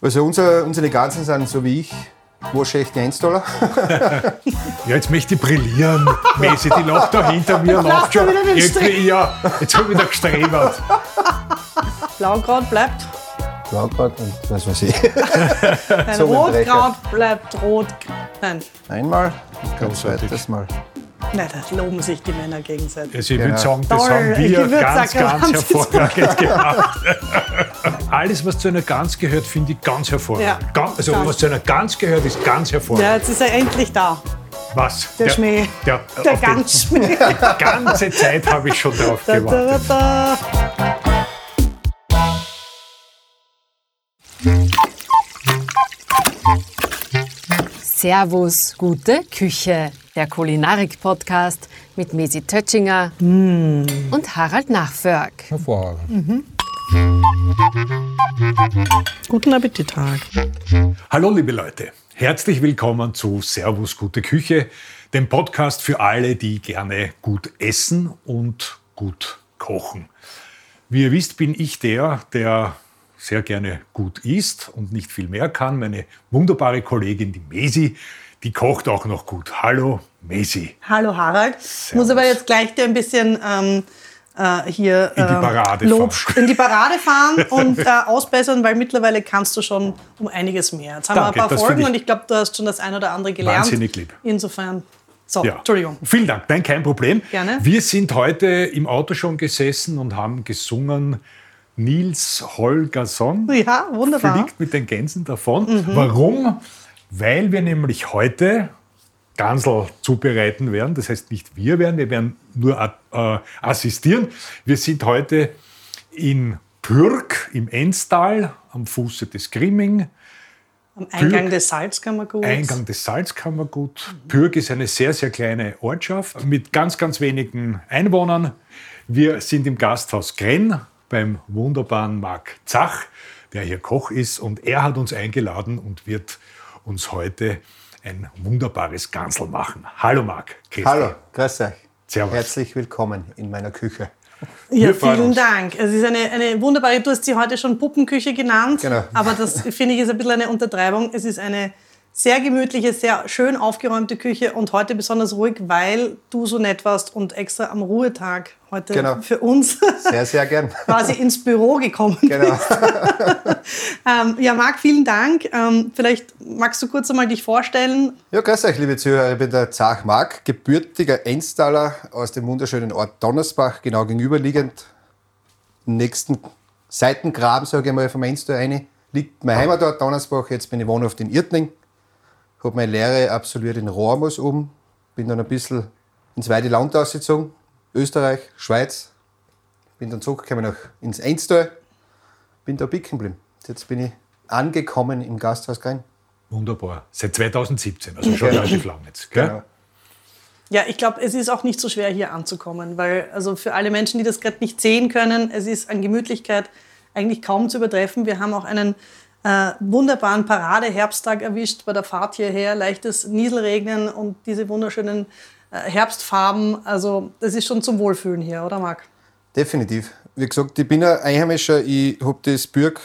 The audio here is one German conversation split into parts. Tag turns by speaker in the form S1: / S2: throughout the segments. S1: Also unser, unsere Ganzen sind so wie ich. Wahrscheinlich 1 Dollar.
S2: Ja, jetzt möchte ich brillieren. Messi, die lacht da hinter mir und lacht schon.
S3: wieder den
S2: Irgendwie, ja, jetzt habe ich wieder gestrebert.
S3: Blaukraut bleibt,
S1: Landbad und was weiß ich.
S3: nein,
S1: So ein
S3: Rotkraut bleibt rot. Nein,
S1: Einmal, kein
S2: Großartig.
S1: zweites Mal.
S3: nein, das loben sich die Männer gegenseitig.
S2: Also ich
S1: Genau.
S2: würde sagen, das
S3: Toll,
S2: haben wir ganz,
S3: Gewürzsacker
S2: ganz
S3: haben Sie so.
S2: hervorragend gemacht. Alles, was zu einer Gans gehört, finde ich ganz hervorragend.
S3: Ja.
S2: Ganz, also
S3: Ganz.
S2: was zu einer Gans gehört, ist ganz hervorragend.
S3: Ja, jetzt ist er endlich da,
S2: Was?
S3: der Schmäh.
S2: Der,
S3: der
S2: auf den-
S3: Ganzschmäh.
S2: Die ganze Zeit habe ich schon drauf
S3: Da, da,
S2: gewartet.
S3: da, da.
S4: Servus, gute Küche, der Kulinarik-Podcast mit Mesi Tötschinger und Harald Nachförg.
S5: Hervorragend.
S3: Guten Appetit, Tag.
S2: Hallo, liebe Leute. Herzlich willkommen zu Servus Gute Küche, dem Podcast für alle, die gerne gut essen und gut kochen. Wie ihr wisst, bin ich der, der sehr gerne gut isst und nicht viel mehr kann. Meine wunderbare Kollegin, die Mesi, die kocht auch noch gut. Hallo, Mesi.
S3: Hallo Harald. Muss aber jetzt gleich dir ein bisschen ähm, äh, hier
S2: In die
S3: ähm,
S2: Parade
S3: Lob
S2: fahren.
S3: in die Parade fahren und äh, ausbessern, weil mittlerweile kannst du schon um einiges mehr. Jetzt haben
S2: Danke,
S3: wir ein paar
S2: das finde
S3: Folgen
S2: ich
S3: und ich glaube, du hast schon das ein oder andere gelernt.
S2: wahnsinnig lieb.
S3: Insofern. So,
S2: Ja.
S3: Entschuldigung.
S2: Vielen Dank. Nein, kein Problem.
S3: Gerne.
S2: Wir sind heute im Auto schon gesessen und haben gesungen Nils Holgersson.
S3: Ja, wunderbar. Mhm.
S2: Fliegt mit den Gänsen davon. Warum? Weil wir nämlich heute Gansel zubereiten werden. Das heißt, nicht wir werden, wir werden nur äh, assistieren. Wir sind heute in Pürg im Enstal am Fuße des Grimming.
S3: Am Eingang des Salzkammerguts.
S2: Eingang des Salzkammergut. Pürg ist eine sehr, sehr kleine Ortschaft mit ganz, ganz wenigen Einwohnern. Wir sind im Gasthaus Grenn beim wunderbaren Marc Zach, der hier Koch ist und er hat uns eingeladen und wird uns heute ein wunderbares Gansel machen. Hallo Marc. Grüß dich.
S1: Hallo, grüß euch.
S2: Servus.
S1: Herzlich willkommen in meiner Küche.
S3: Ja,
S2: Wir freuen
S3: vielen
S2: uns.
S3: Dank. Es ist eine, eine wunderbare, du hast sie heute schon Puppenküche genannt,
S1: Genau.
S3: aber das finde ich ist ein bisschen eine Untertreibung. Es ist eine sehr gemütliche, sehr schön aufgeräumte Küche und heute besonders ruhig, weil du so nett warst und extra am Ruhetag heute
S1: Genau.
S3: für uns
S1: Sehr, sehr gern.
S3: quasi ins Büro gekommen
S1: Genau.
S3: ähm, Ja, Marc, vielen Dank. Ähm, vielleicht magst du kurz einmal dich vorstellen.
S1: Ja, grüß euch, liebe Zuhörer. Ich bin der Zach Mark, gebürtiger Enstaler aus dem wunderschönen Ort Donnersbach, genau gegenüberliegend. Im nächsten Seitengraben, sage ich mal, vom Enstal rein, liegt mein Heimatort Donnersbach. Jetzt bin ich wohnhaft in Irtning. Habe meine Lehre absolviert in Rohrmoos oben. Bin dann ein bisschen ins weite Land ausgezogen. Österreich, Schweiz. Bin dann zurückgekommen nach, ins Enstal. Bin da picken geblieben. Jetzt bin ich angekommen im Gasthaus Grein.
S2: Wunderbar. Seit 2017, also schon relativ lang jetzt. Gell?
S1: Genau.
S3: Ja, ich glaube, es ist auch nicht so schwer, hier anzukommen, weil also für alle Menschen, die das gerade nicht sehen können, es ist an Gemütlichkeit eigentlich kaum zu übertreffen. Wir haben auch einen äh, wunderbaren Paradeherbsttag erwischt bei der Fahrt hierher, leichtes Nieselregnen und diese wunderschönen äh, Herbstfarben. Also das ist schon zum Wohlfühlen hier, oder Marc?
S1: Definitiv. Wie gesagt, ich bin ein Einheimischer. Ich habe das Bürg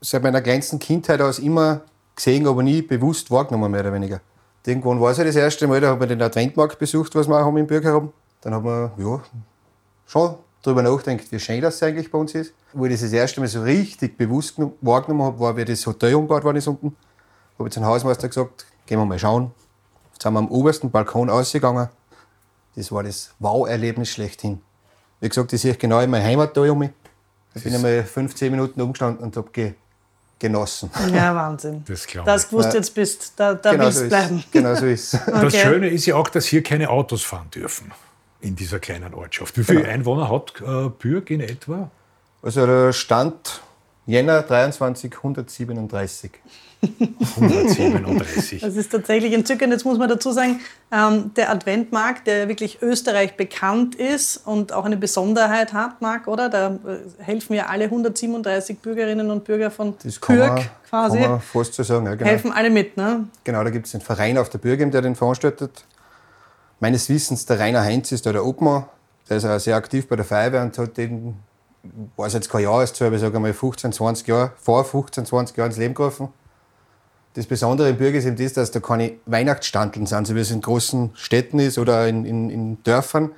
S1: seit meiner kleinsten Kindheit aus immer gesehen, aber nie bewusst wahrgenommen, mehr oder weniger. Irgendwann war es ja das erste Mal, da haben wir den Adventmarkt besucht, was wir auch haben im Bürg herum. Dann haben wir ja, schon darüber nachgedacht, wie schön das eigentlich bei uns ist. Wo ich das das erste Mal so richtig bewusst genu- wahrgenommen habe, war, wie das Hotel umgebaut worden ist unten. Habe ich zum Hausmeister gesagt, gehen wir mal schauen. Jetzt sind wir am obersten Balkon ausgegangen. Das war das Wow-Erlebnis schlechthin. Wie gesagt, ich sehe genau in meiner Heimat da um mich. Ich bin einmal 15 Minuten umgestanden und habe ge genossen.
S3: Ja, Wahnsinn.
S2: Das glaub ich.
S3: Das gewusst
S1: Ja.
S3: jetzt bist, da, da willst
S1: so
S3: bleiben.
S1: ist Genau so ist
S2: Das
S3: Okay.
S2: Schöne ist ja auch, dass hier keine Autos fahren dürfen in dieser kleinen Ortschaft. Wie viele
S1: Genau.
S2: Einwohner hat äh, Pürg in etwa?
S1: Also der Stand Jänner 23, 137.
S2: 137.
S3: Das ist tatsächlich entzückend. Jetzt muss man dazu sagen, ähm, der Adventmarkt, der wirklich Österreich bekannt ist und auch eine Besonderheit hat, Marc, oder? Da äh, helfen ja alle 137 Bürgerinnen und Bürger von
S1: Das kann,
S3: Pürg
S1: man,
S3: quasi.
S1: kann man fast so sagen. Ja, genau.
S3: Helfen alle mit, ne?
S1: Genau, da gibt es den Verein auf der Bürgheim, der den veranstaltet. Meines Wissens, der Rainer Heinz ist da der Obmann. Der ist auch sehr aktiv bei der Feuerwehr und hat den weiß jetzt keine Jahreszahl, aber ich sage mal 15, 20 Jahre, vor 15, 20 Jahren ins Leben gerufen. Das Besondere im Bürger ist eben das, dass da keine Weihnachtsstandeln sind, so wie es in großen Städten ist oder in, in, in Dörfern.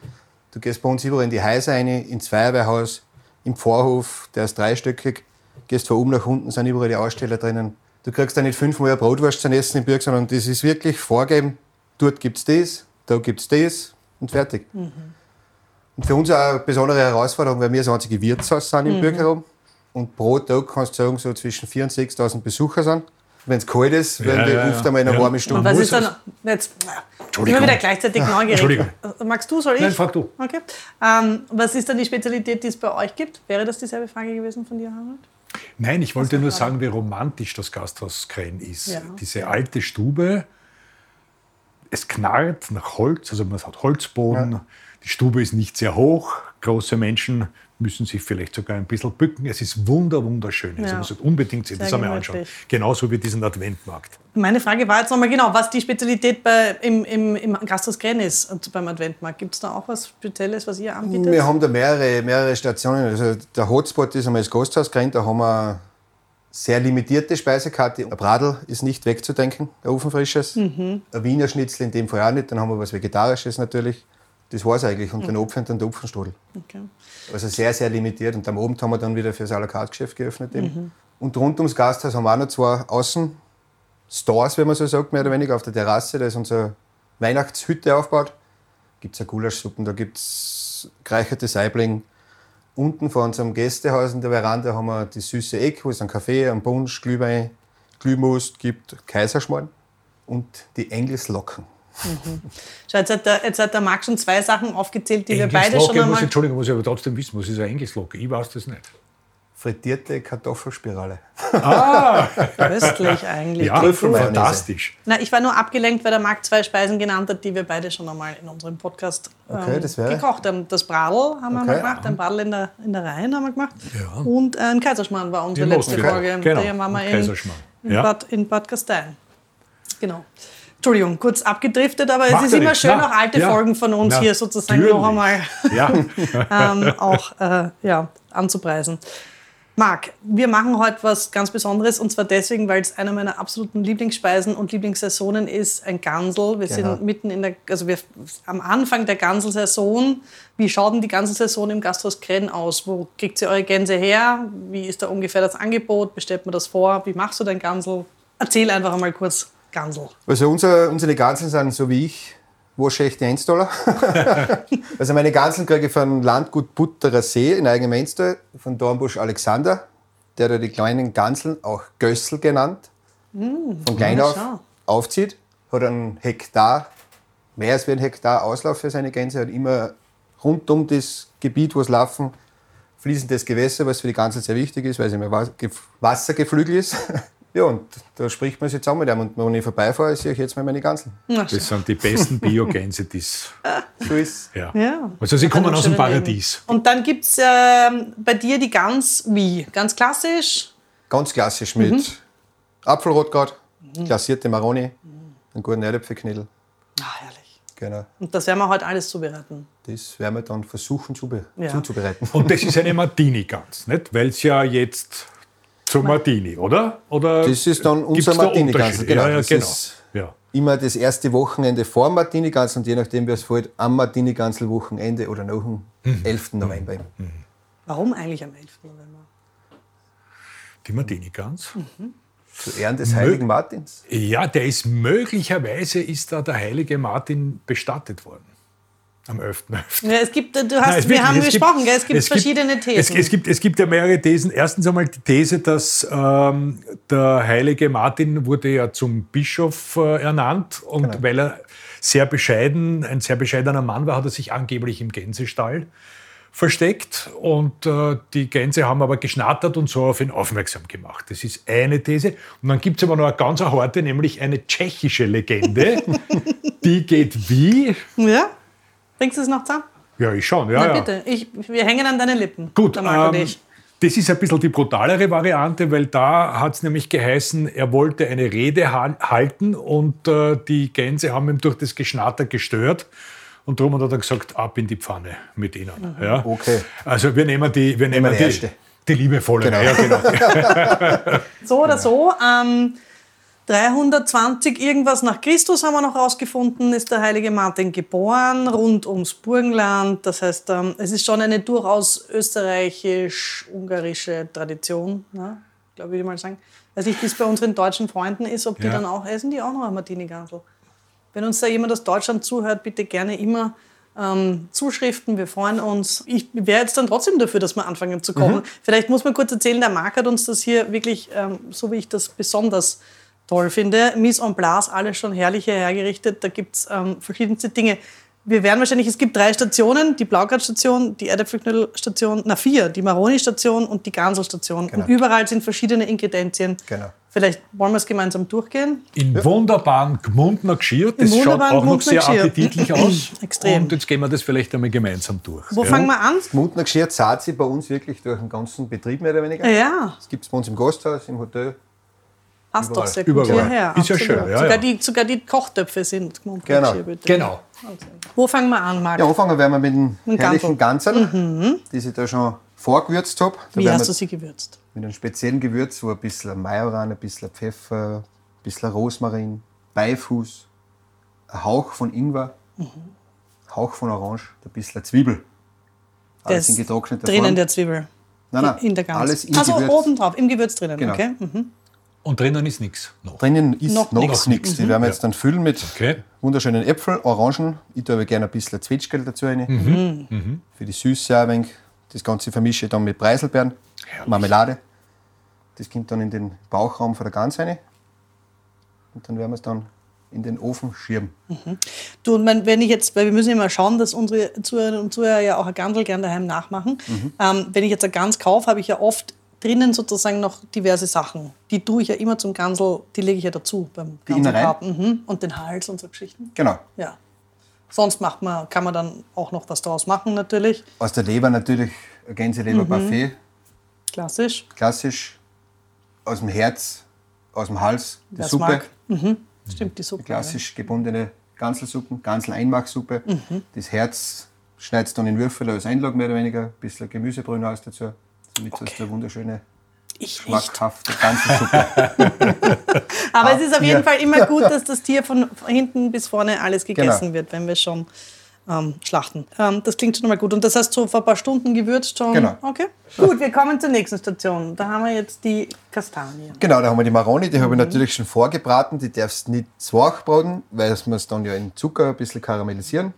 S1: Du gehst bei uns überall in die Häuser rein, ins Feuerwehrhaus, im Vorhof, der ist dreistöckig, gehst von oben nach unten, sind überall die Aussteller drinnen. Du kriegst da nicht fünfmal eine Brotwurst zum Essen im Bürger, sondern das ist wirklich vorgeben, dort gibt's das, da gibt's das und fertig. Und für uns auch eine besondere Herausforderung, weil wir das einzige Wirtshaus sind im Bürgerraum. Und pro Tag kannst du sagen, so zwischen 4.000 und 6.000 Besucher sind. Wenn es kalt ist, werden
S2: Ja,
S1: die
S2: ja, ja.
S1: oft einmal in einer
S2: Ja.
S1: warmen Stunde.
S3: Und was
S2: Wo
S3: ist
S2: ist
S3: dann. Jetzt
S2: Entschuldigung.
S3: Immer wieder gleichzeitig neugierig.
S2: Entschuldigung.
S3: Magst du, soll ich?
S2: Nein, frag du.
S3: Okay. Ähm, was ist dann die Spezialität, die es bei euch gibt? Wäre das dieselbe Frage gewesen von dir, Harald?
S2: Nein, ich wollte nur sagen, wie romantisch das Gasthaus Kren ist.
S3: Ja.
S2: Diese alte Stube, es knarrt nach Holz, also man hat Holzboden, die Stube ist nicht sehr hoch, große Menschen müssen sich vielleicht sogar ein bisschen bücken. Es ist wunder, wunderschön. Also
S3: Ja.
S2: man sollte unbedingt sehen,
S3: Sehr
S2: das einmal
S3: gemütlich.
S2: anschauen. Genauso wie diesen Adventmarkt.
S3: Meine Frage war jetzt nochmal genau, was die Spezialität bei, im, im, im Gasthaus Gren ist und beim Adventmarkt. Gibt es da auch was Spezielles, was ihr anbietet?
S1: Wir haben da mehrere, mehrere Stationen. Also der Hotspot ist einmal das Gasthaus Grenz, da haben wir sehr limitierte Speisekarte. Ein Bradl ist nicht wegzudenken, ein ofenfrisches. Ein Wiener Schnitzel in dem Fall auch nicht. Dann haben wir was Vegetarisches natürlich. Das war's eigentlich. Und den Opfen und den Opfenstrudel.
S3: okay.
S1: Also sehr, sehr limitiert. Und am Abend haben wir dann wieder fürs à la carte Geschäft geöffnet. Eben. Und rund ums Gasthaus haben wir auch noch zwei Außenstores, wenn man so sagt, mehr oder weniger auf der Terrasse. Da ist unsere Weihnachtshütte aufgebaut. Gibt es ja Gulaschsuppen, da gibt es gereicherte Saibling. Unten vor unserem Gästehaus in der Veranda haben wir die süße Ecke, wo es einen Kaffee, einen Punsch, Glühwein, Glühmust gibt, Kaiserschmarrn und die Engelslocken.
S3: Schau, jetzt, hat der, jetzt hat der Marc schon zwei Sachen aufgezählt, die wir beide schon
S2: Engelslocke, muss,
S3: einmal.
S2: Entschuldigung, muss ich aber trotzdem wissen, was ist eine Engelslocke? Ich weiß das nicht.
S1: Frittierte Kartoffelspirale.
S3: Ah, Köstlich eigentlich.
S2: Ja,
S1: Trüffelmayonnaise.
S2: fantastisch.
S3: Na, ich war nur abgelenkt, weil der Marc zwei Speisen genannt hat, die wir beide schon einmal in unserem Podcast ähm,
S1: Okay, das wäre-
S3: gekocht haben. Das Bradl haben wir
S1: Okay.
S3: mal gemacht, ein Bradl in der, in der Reihen haben wir gemacht.
S2: Ja.
S3: Und ein Kaiserschmarrn war unsere
S2: In
S3: letzte
S2: Mostviertel.
S3: Folge.
S2: Genau,
S3: Da waren
S2: und
S3: wir in,
S2: Kaiserschmarrn.
S3: in,
S2: Ja.
S3: Bad, in Bad Gastein. Genau. Entschuldigung, kurz abgedriftet, aber
S2: Macht
S3: es ist
S2: ja
S3: immer
S2: nichts,
S3: schön,
S2: na,
S3: auch alte
S2: ja,
S3: Folgen von uns
S2: na,
S3: hier sozusagen noch einmal
S2: natürlich. Ja.
S3: ähm, auch äh, ja, anzupreisen. Marc, wir machen heute was ganz Besonderes und zwar deswegen, weil es eine meiner absoluten Lieblingsspeisen und Lieblingsaisonen ist, ein Gansel. Wir
S1: Genau.
S3: sind mitten in der, also wir am Anfang der Ganselsaison. Wie schaut denn die Ganselsaison im Gasthaus Krenn aus? Wo kriegt ihr eure Gänse her? Wie ist da ungefähr das Angebot? Bestellt man das vor? Wie machst du dein Gansel? Erzähl einfach einmal kurz Gansel.
S1: Also unser, unsere Ganseln sind so wie ich, wahrscheinlich die 1 Dollar. also meine Ganseln kriege ich von Landgut Butterer See in Eigenmünster, von Dornbusch Alexander, der da die kleinen Ganseln, auch Gössel genannt, von klein
S3: ja,
S1: auf
S3: schau.
S1: aufzieht, hat einen Hektar, mehr als wie ein Hektar Auslauf für seine Gänse, hat immer rund um das Gebiet, wo es laufen, fließendes Gewässer, was für die Ganseln sehr wichtig ist, weil es immer Wa- Ge- Wassergeflügel ist. ja, und da spricht man sich zusammen mit einem. Und wenn ich vorbeifahre, sehe ich jetzt mal meine Ganseln.
S2: Das sind die besten Biogänse, die es.
S1: So ist
S2: Ja.
S3: Ja.
S2: Also sie kommen aus dem
S3: Schönen
S2: Paradies.
S3: Leben. Und dann gibt es ähm, bei dir die Gans wie? Ganz klassisch?
S1: ganz klassisch mit Apfelrotgart, glasierte Maroni, einen guten Erdäpfelknödel.
S3: Ah, herrlich.
S1: Genau.
S3: Und das werden wir heute alles zubereiten.
S1: Das werden wir dann versuchen zu be-
S3: Ja.
S1: zuzubereiten.
S2: Und das ist eine Martini-Gans, nicht? Weil es ja jetzt zur Martini, oder? oder
S1: Das ist dann
S2: gibt's
S1: unser
S2: da
S1: Martini-Gans,
S2: Unterschiede?
S1: genau.
S2: Ja, ja,
S1: Das
S2: genau.
S1: ist-
S2: Ja.
S1: Immer das erste Wochenende vor martini Gansel und je nachdem, wie es fällt, am martini Gansel wochenende oder nach dem 11. November. eben.
S3: Warum eigentlich am 11. November?
S2: Die Martini-Gans.
S1: Zu Ehren des heiligen Martins.
S2: Ja, der ist möglicherweise ist da der heilige Martin bestattet worden. Am 11.11.
S3: Ja, es gibt, äh, du hast,
S2: Nein, es
S3: wir
S2: wirklich,
S3: haben
S2: es gibt-
S3: gesprochen, gell? es gibt verschiedene Thesen.
S2: Es, es, gibt, es gibt ja mehrere Thesen. Erstens einmal die These, dass ähm, der heilige Martin wurde ja zum Bischof äh, ernannt und
S3: Genau.
S2: weil er sehr bescheiden, ein sehr bescheidener Mann war, hat er sich angeblich im Gänsestall versteckt und äh, die Gänse haben aber geschnattert und so auf ihn aufmerksam gemacht. Das ist eine These. Und dann gibt es aber noch eine ganz eine Horte, nämlich eine tschechische Legende. die geht wie?
S3: ja? Bringst du es noch zusammen?
S2: Ja, ich schon. Ja,
S3: Na
S2: ja.
S3: bitte, ich, wir hängen an deine Lippen.
S2: Gut,
S3: der Marc und
S2: ähm,
S3: ich.
S2: das ist ein bisschen die brutalere Variante, weil da hat es nämlich geheißen, er wollte eine Rede hal- halten und äh, die Gänse haben ihm durch das Geschnatter gestört. Und darum hat er dann gesagt, ab in die Pfanne mit
S3: Mhm.
S2: ihnen. Ja.
S1: Okay.
S2: Also wir nehmen die, wir nehmen
S1: die
S2: die,
S1: erste.
S2: die liebevolle.
S1: Genau.
S2: Ja, genau.
S3: So oder so. Ähm, 320 irgendwas nach Christus haben wir noch rausgefunden, ist der heilige Martin geboren, rund ums Burgenland. Das heißt, ähm, es ist schon eine durchaus österreichisch-ungarische Tradition, ne? glaube ich, würde ich mal sagen. Weiß nicht, wie es bei unseren deutschen Freunden ist, ob die
S2: Ja.
S3: dann auch essen, die auch noch eine Martini-Gansel. Wenn uns da jemand aus Deutschland zuhört, bitte gerne immer ähm, Zuschriften, wir freuen uns. Ich wäre jetzt dann trotzdem dafür, dass wir anfangen zu
S1: Mhm.
S3: kommen. Vielleicht muss man kurz erzählen, der Marc hat uns das hier wirklich, ähm, so wie ich das besonders toll finde, Mise en place, alles schon herrlich hergerichtet, da gibt es ähm, verschiedenste Dinge. Wir werden wahrscheinlich, es gibt drei Stationen, die Blaugrad-Station, die Erdäpfelknödel-Station, na vier, die Maroni-Station und die Gansel-Station.
S1: Genau.
S3: Und überall sind verschiedene Ingredienzien.
S1: Genau.
S3: Vielleicht wollen wir es gemeinsam durchgehen.
S2: In wunderbaren Gmundner Geschirr. Das
S3: Im
S2: schaut
S3: wunderbaren
S2: auch noch sehr
S3: Gmundner Geschirr.
S2: appetitlich aus.
S3: Extrem.
S2: Und jetzt gehen wir das vielleicht einmal gemeinsam durch.
S3: Wo fangen wir an?
S1: Mutner Geschirr zahlt sich bei uns wirklich durch den ganzen Betrieb mehr oder weniger.
S3: Ja,
S1: Das gibt es bei uns im Gasthaus, im Hotel.
S3: passt doch sehr gut
S2: Überall.
S3: hierher.
S2: Ist ja
S3: absolut.
S2: schön, ja,
S3: sogar,
S2: ja.
S3: Die, sogar die Kochtöpfe sind Gmundner
S1: Genau.
S3: Geschirr, bitte.
S2: Genau.
S3: Wo fangen wir an, Marc?
S1: Ja, anfangen werden wir mit dem
S3: Mit dem Mhm.
S1: herrlichen Ganserl, die ich da schon vorgewürzt habe. Da
S3: Wie
S1: werden
S3: hast
S1: wir
S3: du sie gewürzt?
S1: mit einem speziellen Gewürz, wo ein bisschen Majoran, ein bisschen Pfeffer, ein bisschen Rosmarin, Beifuß, ein Hauch von Ingwer,
S3: Mhm.
S1: Hauch von Orange, ein bisschen Zwiebel. Alles
S3: Das
S1: in getrockneter
S3: Drinnen
S1: Form.
S3: der Zwiebel.
S1: nein, nein,
S3: In der Gans.
S1: Alles im
S3: also
S1: Gewürz.
S3: oben drauf, im Gewürz drinnen.
S1: Genau.
S3: Okay. Mhm.
S2: Und drinnen ist nichts noch.
S1: Drinnen ist
S3: Noch
S1: noch,
S2: nix.
S1: nichts. Die werden wir jetzt dann füllen mit
S2: Okay.
S1: wunderschönen Äpfel, Orangen. Ich tue aber gerne ein bisschen Zwetschgel dazu rein.
S2: Mhm.
S1: Für die Süße auch ein wenig. Das Ganze vermische ich dann mit Preiselbeeren,
S2: Herrlich.
S1: Marmelade. Das kommt dann in den Bauchraum von der Gans rein. Und dann werden wir es dann in den Ofen schirmen.
S3: Du, und mein, wenn ich jetzt, weil wir müssen immer schauen, dass unsere Zuhörerinnen und Zuhörer ja auch eine Gandel gern daheim nachmachen.
S1: Mhm.
S3: Ähm, wenn ich jetzt eine Gans kaufe, habe ich ja oft drinnen sozusagen noch diverse Sachen. Die tue ich ja immer zum Gansel, die lege ich ja dazu beim
S1: Die Innereien?
S3: Ganselbraten. mhm. und den Hals und so Geschichten.
S1: Genau.
S3: Ja. Sonst macht man, kann man dann auch noch was draus machen, natürlich.
S1: Aus der Leber natürlich ein Gänseleber-Parfait,
S3: Klassisch.
S1: klassisch. Aus dem Herz, aus dem Hals, die
S3: wer's
S1: Suppe.
S3: mag. Mhm. Stimmt, die Suppe.
S1: klassisch gebundene Ganselsuppen, Ganseleinmachsuppe. Das Herz schneidest dann in Würfel als Einlage mehr oder weniger, ein bisschen Gemüsebrühe aus dazu. Somit hast du eine wunderschöne,
S3: Ja. Ich riech
S1: schmackhafte Ganselsuppe.
S3: Aber es ist auf
S1: Tier.
S3: jeden Fall immer gut, dass das Tier von hinten bis vorne alles gegessen
S1: Genau.
S3: wird, wenn wir schon ähm, schlachten. Ähm, das klingt schon mal gut. Und das hast du vor ein paar Stunden gewürzt schon.
S1: Genau.
S3: Okay. Gut, wir kommen zur nächsten Station. Da haben wir jetzt die Kastanien.
S1: genau, da haben wir die Maroni, die habe ich natürlich schon vorgebraten. Die darfst du nicht zu hoch braten, weil wir es dann ja in Zucker ein bisschen karamellisieren.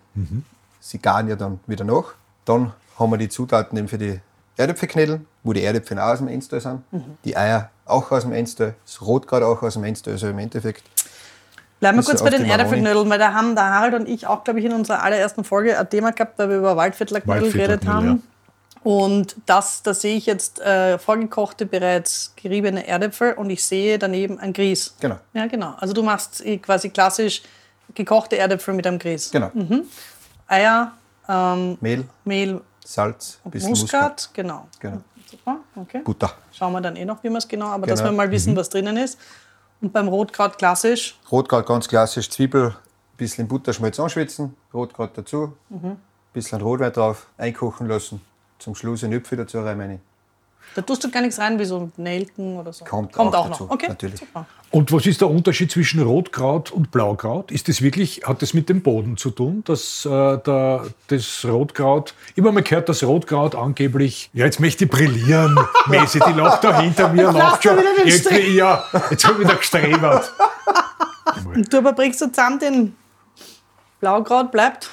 S1: Sie garen ja dann wieder nach. Dann haben wir die Zutaten eben für die Erdäpfelknödel, wo die Erdäpfel auch aus dem Enstall sind. Die Eier auch aus dem Enstall, das Rot gerade auch aus dem Enstall, also im Endeffekt
S3: Bleiben wir
S1: Bist
S3: kurz
S1: du
S3: bei
S1: auf
S3: den
S1: die Maroni?
S3: Erdäpfelknödeln, weil da haben der Harald und ich auch, glaube ich, in unserer allerersten Folge ein Thema gehabt, weil wir über Waldviertlerknödel geredet
S2: Waldviertlerknödel,
S3: haben. Und das, da sehe ich jetzt äh, vorgekochte, bereits geriebene Erdäpfel und ich sehe daneben ein Grieß.
S1: Genau.
S3: Ja, genau. Also du machst eh quasi klassisch gekochte Erdäpfel mit einem Grieß.
S1: Genau.
S3: Eier, ähm,
S1: Mehl,
S3: Mehl
S1: Salz,
S3: und
S1: bisschen
S3: Muskat.
S1: Muskat.
S3: Genau.
S1: Genau.
S3: Super, okay.
S1: Butter.
S3: Schauen wir dann eh noch, wie wir es genau, aber dass
S1: Genau.
S3: wir mal wissen, was drinnen ist. Und beim Rotkraut klassisch,
S1: Rotkraut ganz klassisch, Zwiebel, bisschen in Butterschmalz anschwitzen, Rotkraut dazu,
S3: Mhm.
S1: bisschen Rotwein drauf, einkochen lassen, zum Schluss ein Öpfel dazu rein, meine ich.
S3: da tust du gar nichts rein, wie so Nelken oder so.
S1: Kommt
S3: auch,
S1: auch
S3: noch.
S1: dazu,
S3: Okay,
S1: natürlich.
S3: super.
S2: Und was ist der Unterschied zwischen Rotkraut und Blaukraut? Ist das wirklich, hat das mit dem Boden zu tun, dass äh, der, das Rotkraut, immer mal gehört, dass Rotkraut angeblich, ja, jetzt möchte ich brillieren, mäßig, die lacht da hinter mir, lacht schon,
S3: wieder den
S2: irgendwie, ja, jetzt habe ich wieder gestrebert.
S3: Und du aber bringst du zusammen den Blaukraut bleibt,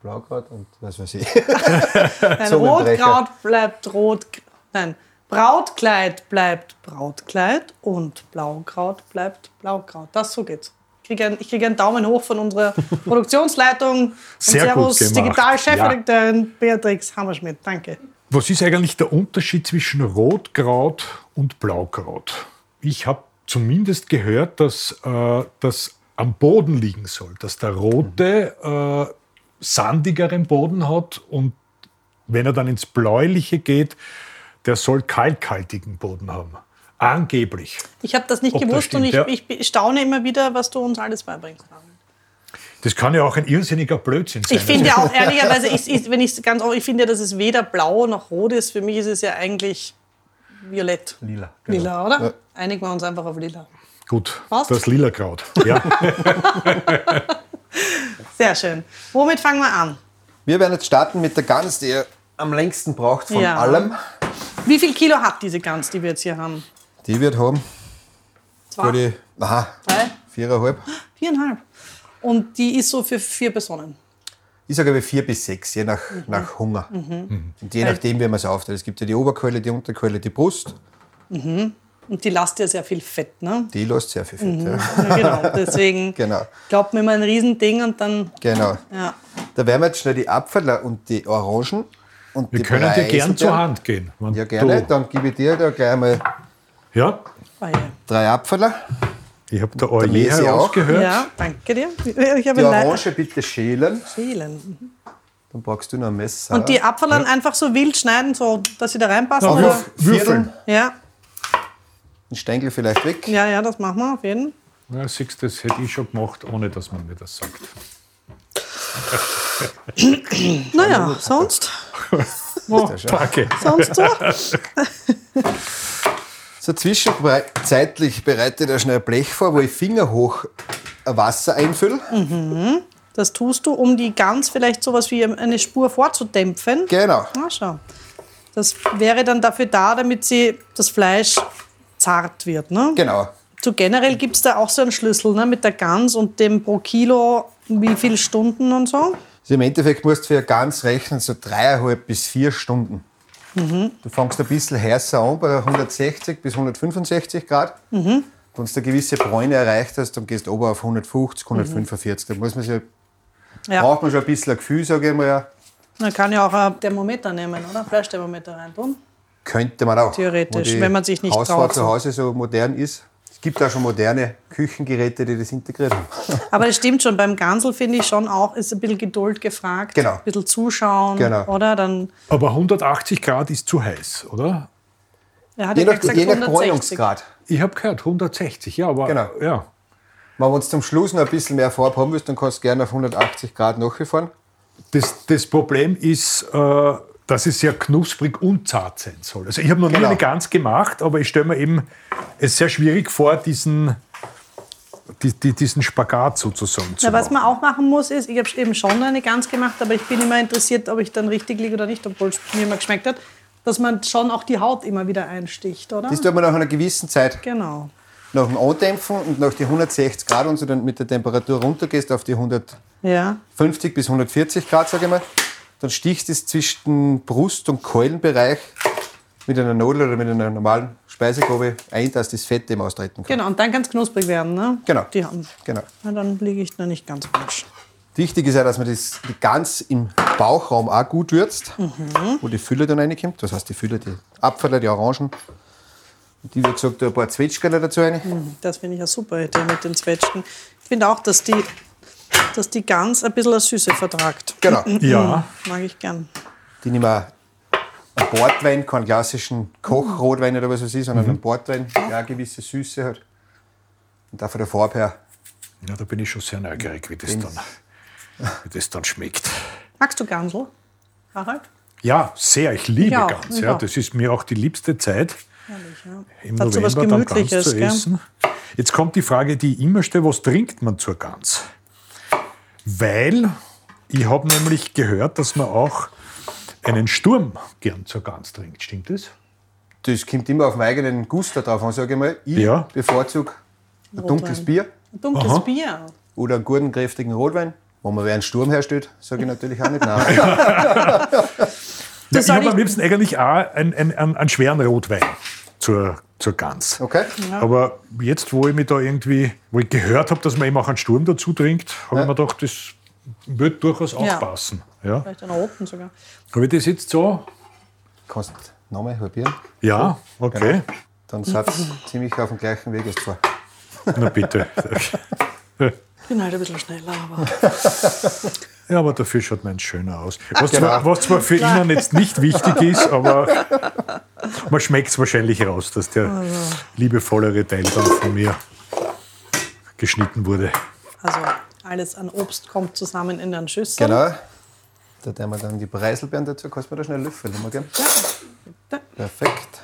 S1: Blaukraut und was weiß ich.
S3: nein,
S1: Zungenbrecher.
S3: Rotkraut bleibt Rot, nein, Brautkleid bleibt Brautkleid und Blaukraut bleibt Blaukraut. Das so geht's. Ich kriege einen, krieg einen Daumen hoch von unserer Produktionsleitung. Und
S2: Sehr gut
S3: Servus,
S2: gemacht.
S3: Digital-Chefredakteurin Beatrix Hammerschmidt. Danke.
S2: Was ist eigentlich der Unterschied zwischen Rotkraut und Blaukraut? Ich habe zumindest gehört, dass äh, das am Boden liegen soll, dass der rote äh, sandigeren Boden hat und wenn er dann ins bläuliche geht, der soll kalkhaltigen Boden haben. Angeblich.
S3: Ich habe das nicht
S2: Ob das
S3: gewusst und ich,
S2: stimmt,
S3: ich staune immer wieder, was du uns alles beibringst.
S2: Das kann ja auch ein irrsinniger Blödsinn sein.
S3: Ich finde ja auch, ehrlicherweise, ich, ich, wenn ich ganz offen, ich finde ja, dass es weder blau noch rot ist. Für mich ist es ja eigentlich violett.
S2: Lila. Genau.
S3: Lila, oder?
S1: Ja.
S3: Einigen wir uns einfach auf lila.
S2: Gut,
S3: Passt.
S2: das lila Kraut. Ja.
S3: Sehr schön. Womit fangen wir an?
S1: Wir werden jetzt starten mit der Gans, die ihr am längsten braucht von
S3: Ja.
S1: allem.
S3: Wie viel Kilo hat diese Gans, die wir jetzt hier haben?
S1: Die wird haben,
S3: Zwei,
S1: gute, aha,
S3: drei,
S1: viereinhalb.
S3: viereinhalb. Und die ist so für vier Personen.
S1: Ich sage aber vier bis sechs, je nach,
S3: Mhm.
S1: nach Hunger. Und je nachdem, wie man es aufteilt. Es gibt ja die Oberkeule, die Unterkeule, die Brust.
S3: Und die lasst ja sehr viel Fett, ne?
S1: Die lässt sehr viel Fett. Ja.
S3: Ja, genau. Deswegen
S1: Genau.
S3: glaubt mir mal ein Riesending und dann,
S1: Genau.
S3: ja.
S1: Da werden wir jetzt schnell die Apfeler und die Orangen und
S2: Wir
S1: die
S2: können dir gern
S1: Preiselbeeren-
S2: zur Hand gehen. wenn
S1: Ja, gerne.
S2: Du,
S1: Dann gebe ich dir da gleich mal
S2: ja,
S3: Oh ja.
S1: drei Apfeler.
S2: ich habe da Oje
S1: lese ich auch.
S2: herausgehört.
S3: ja, danke dir. Ich habe
S1: Die
S3: leider
S1: Orange bitte schälen.
S3: Fehlen.
S1: Dann brauchst du noch ein Messer.
S3: Und die Apfeln einfach so wild schneiden, so, dass sie da reinpassen?
S2: Na,
S3: oder?
S2: wirf- Würfeln.
S1: Würfeln.
S3: Ja,
S1: Ein Stängel vielleicht weg.
S3: ja, ja, das machen wir auf jeden Fall.
S2: Ja, siehst, das hätte ich schon gemacht, ohne dass man mir das sagt.
S3: Naja, sonst,
S2: Oh, danke.
S3: sonst so.
S1: So zwischenzeitlich bereite ich da schnell ein Blech vor, wo ich fingerhoch ein Wasser einfülle.
S3: Mhm. Das tust du, um die Gans vielleicht sowas wie eine Spur vorzudämpfen.
S1: Genau.
S3: Na, schau. Das wäre dann dafür da, damit sie das Fleisch zart wird. Ne?
S1: Genau.
S3: So generell gibt es da auch so einen Schlüssel ne? mit der Gans und dem pro Kilo, wie viele Stunden und so.
S1: Also Im Endeffekt musst du für eine Gans rechnen, so dreieinhalb bis vier Stunden. Du fängst ein bisschen heißer an, bei 160 bis 165 Grad.
S3: Mhm.
S1: Wenn du eine gewisse Bräune erreicht hast, dann gehst du ober auf 150, 145. Da muss man sich,
S3: Ja.
S1: braucht man schon ein bisschen ein Gefühl, sage ich mal. ja.
S3: Man kann ja auch ein Thermometer nehmen, oder? Fleischthermometer reintun.
S1: Könnte man auch.
S3: Theoretisch,
S1: Wo die
S3: wenn man sich nicht
S1: Hausfrau
S3: traut,
S1: zu
S3: so.
S1: Hause so modern ist. Es gibt auch schon moderne Küchengeräte, die das integriert haben.
S3: Aber das stimmt schon, beim Gansel finde ich schon auch, ist ein bisschen Geduld gefragt.
S1: Genau.
S3: Ein bisschen zuschauen,
S1: Genau.
S3: oder? Dann,
S2: Aber 180 Grad ist zu heiß, oder?
S3: er hat
S1: Je
S3: ja
S1: nach,
S3: gesagt
S1: je nach
S3: 160.
S1: Bräunungsgrad.
S2: Ich habe gehört, 160, ja, aber
S1: Genau.
S2: ja.
S1: Wenn du zum Schluss noch ein bisschen mehr Farbe haben willst, dann kannst du gerne auf 180 Grad nachfahren.
S2: Das, das Problem ist, äh, dass es sehr knusprig und zart sein soll. Also ich habe noch nie
S1: Genau.
S2: eine Gans gemacht, aber ich stelle mir eben es sehr schwierig vor, diesen, die, die, diesen Spagat sozusagen zu
S3: Na, was
S2: machen.
S3: man auch machen muss, ist, ich habe eben schon eine Gans gemacht, aber ich bin immer interessiert, ob ich dann richtig liege oder nicht, obwohl es mir immer geschmeckt hat, dass man schon auch die Haut immer wieder einsticht, oder?
S1: Das tut man nach einer gewissen Zeit
S3: Genau.
S1: nach dem Andämpfen und nach die 160 Grad und du dann mit der Temperatur runtergehst auf die 150
S3: Ja.
S1: bis 140 Grad, sage ich mal, dann stichst es zwischen Brust- und Keulenbereich mit einer Nadel oder mit einer normalen Speisegrobe ein, dass das Fett eben austreten kann.
S3: Genau, und dann kann es knusprig werden, ne?
S1: Genau.
S3: Die haben.
S1: Genau.
S3: Na, dann liege ich da nicht ganz falsch.
S1: Wichtig ist ja, dass man das die Gans im Bauchraum auch gut würzt,
S3: Mhm.
S1: wo die Fülle dann reinkommt. Das heißt, die Fülle, die Apfeler, die Orangen. Und die, wie gesagt, da ein paar Zwetschgerle dazu rein.
S3: Das finde ich eine super Idee mit den Zwetschgen. Ich finde auch, dass die, dass die Gans ein bisschen eine Süße vertragt.
S1: Genau.
S2: Ja,
S3: Mag ich gern.
S1: Die nehmen wir einen Bordwein, keinen klassischen Kochrotwein oder was es ist, sondern einen Bordwein, der auch eine gewisse Süße hat. Und auch von der Farbe her.
S2: ja, da bin ich schon sehr neugierig, wie das, dann, wie das dann schmeckt.
S3: Magst du Gansel? Harald?
S2: Ja, sehr. Ich liebe
S3: Ja,
S2: Gans.
S3: ich
S2: Ja,
S3: auch.
S2: das ist mir auch die liebste Zeit. Im
S3: Hat so was
S2: November dann Gans
S3: Gemütliches,
S2: zu
S3: gell?
S2: essen. Jetzt kommt die Frage, die immer stelle, was trinkt man zur Gans? Weil ich habe nämlich gehört, dass man auch einen Sturm gern zur Gans trinkt. Stimmt das?
S1: Das kommt immer auf meinen eigenen Guster drauf an, sage ich mal. Ich
S2: Ja.
S1: bevorzuge ein dunkles Bier
S3: Ein dunkles
S2: Aha.
S3: Bier.
S1: oder einen guten, kräftigen Rotwein. Wenn man wer einen Sturm herstellt, sage ich natürlich auch nicht nein.
S2: Ja,
S3: Das
S2: ich
S3: soll
S2: habe
S3: ich-
S2: am liebsten eigentlich auch einen, einen, einen, einen schweren Rotwein zur, zur Gans.
S1: Okay?
S2: Aber jetzt, wo ich mich da irgendwie, wo ich gehört habe, dass man eben auch einen Sturm dazu trinkt, habe ich mir gedacht, das wird durchaus auch
S3: Ja.
S2: passen. Ja.
S3: Vielleicht einen roten sogar.
S2: Habe ich das jetzt so?
S1: Kannst nochmal halbieren.
S2: Ja, okay.
S1: Dann seid ihr ziemlich auf dem gleichen Weg als zwar.
S2: Na bitte.
S3: Ich bin halt ein bisschen schneller, aber.
S2: Ja, aber dafür schaut man schöner aus. Was,
S1: Genau.
S2: zwar, was zwar für ihn jetzt nicht wichtig ist, aber man schmeckt es wahrscheinlich raus, dass der liebevollere Teil dann von mir geschnitten wurde.
S3: Also, alles an Obst kommt zusammen in einen Schüssel.
S1: Genau. Da tun wir dann die Preiselbeeren dazu. Kannst du mir da schnell einen Löffel nochmal geben?
S3: Ja.
S1: Perfekt.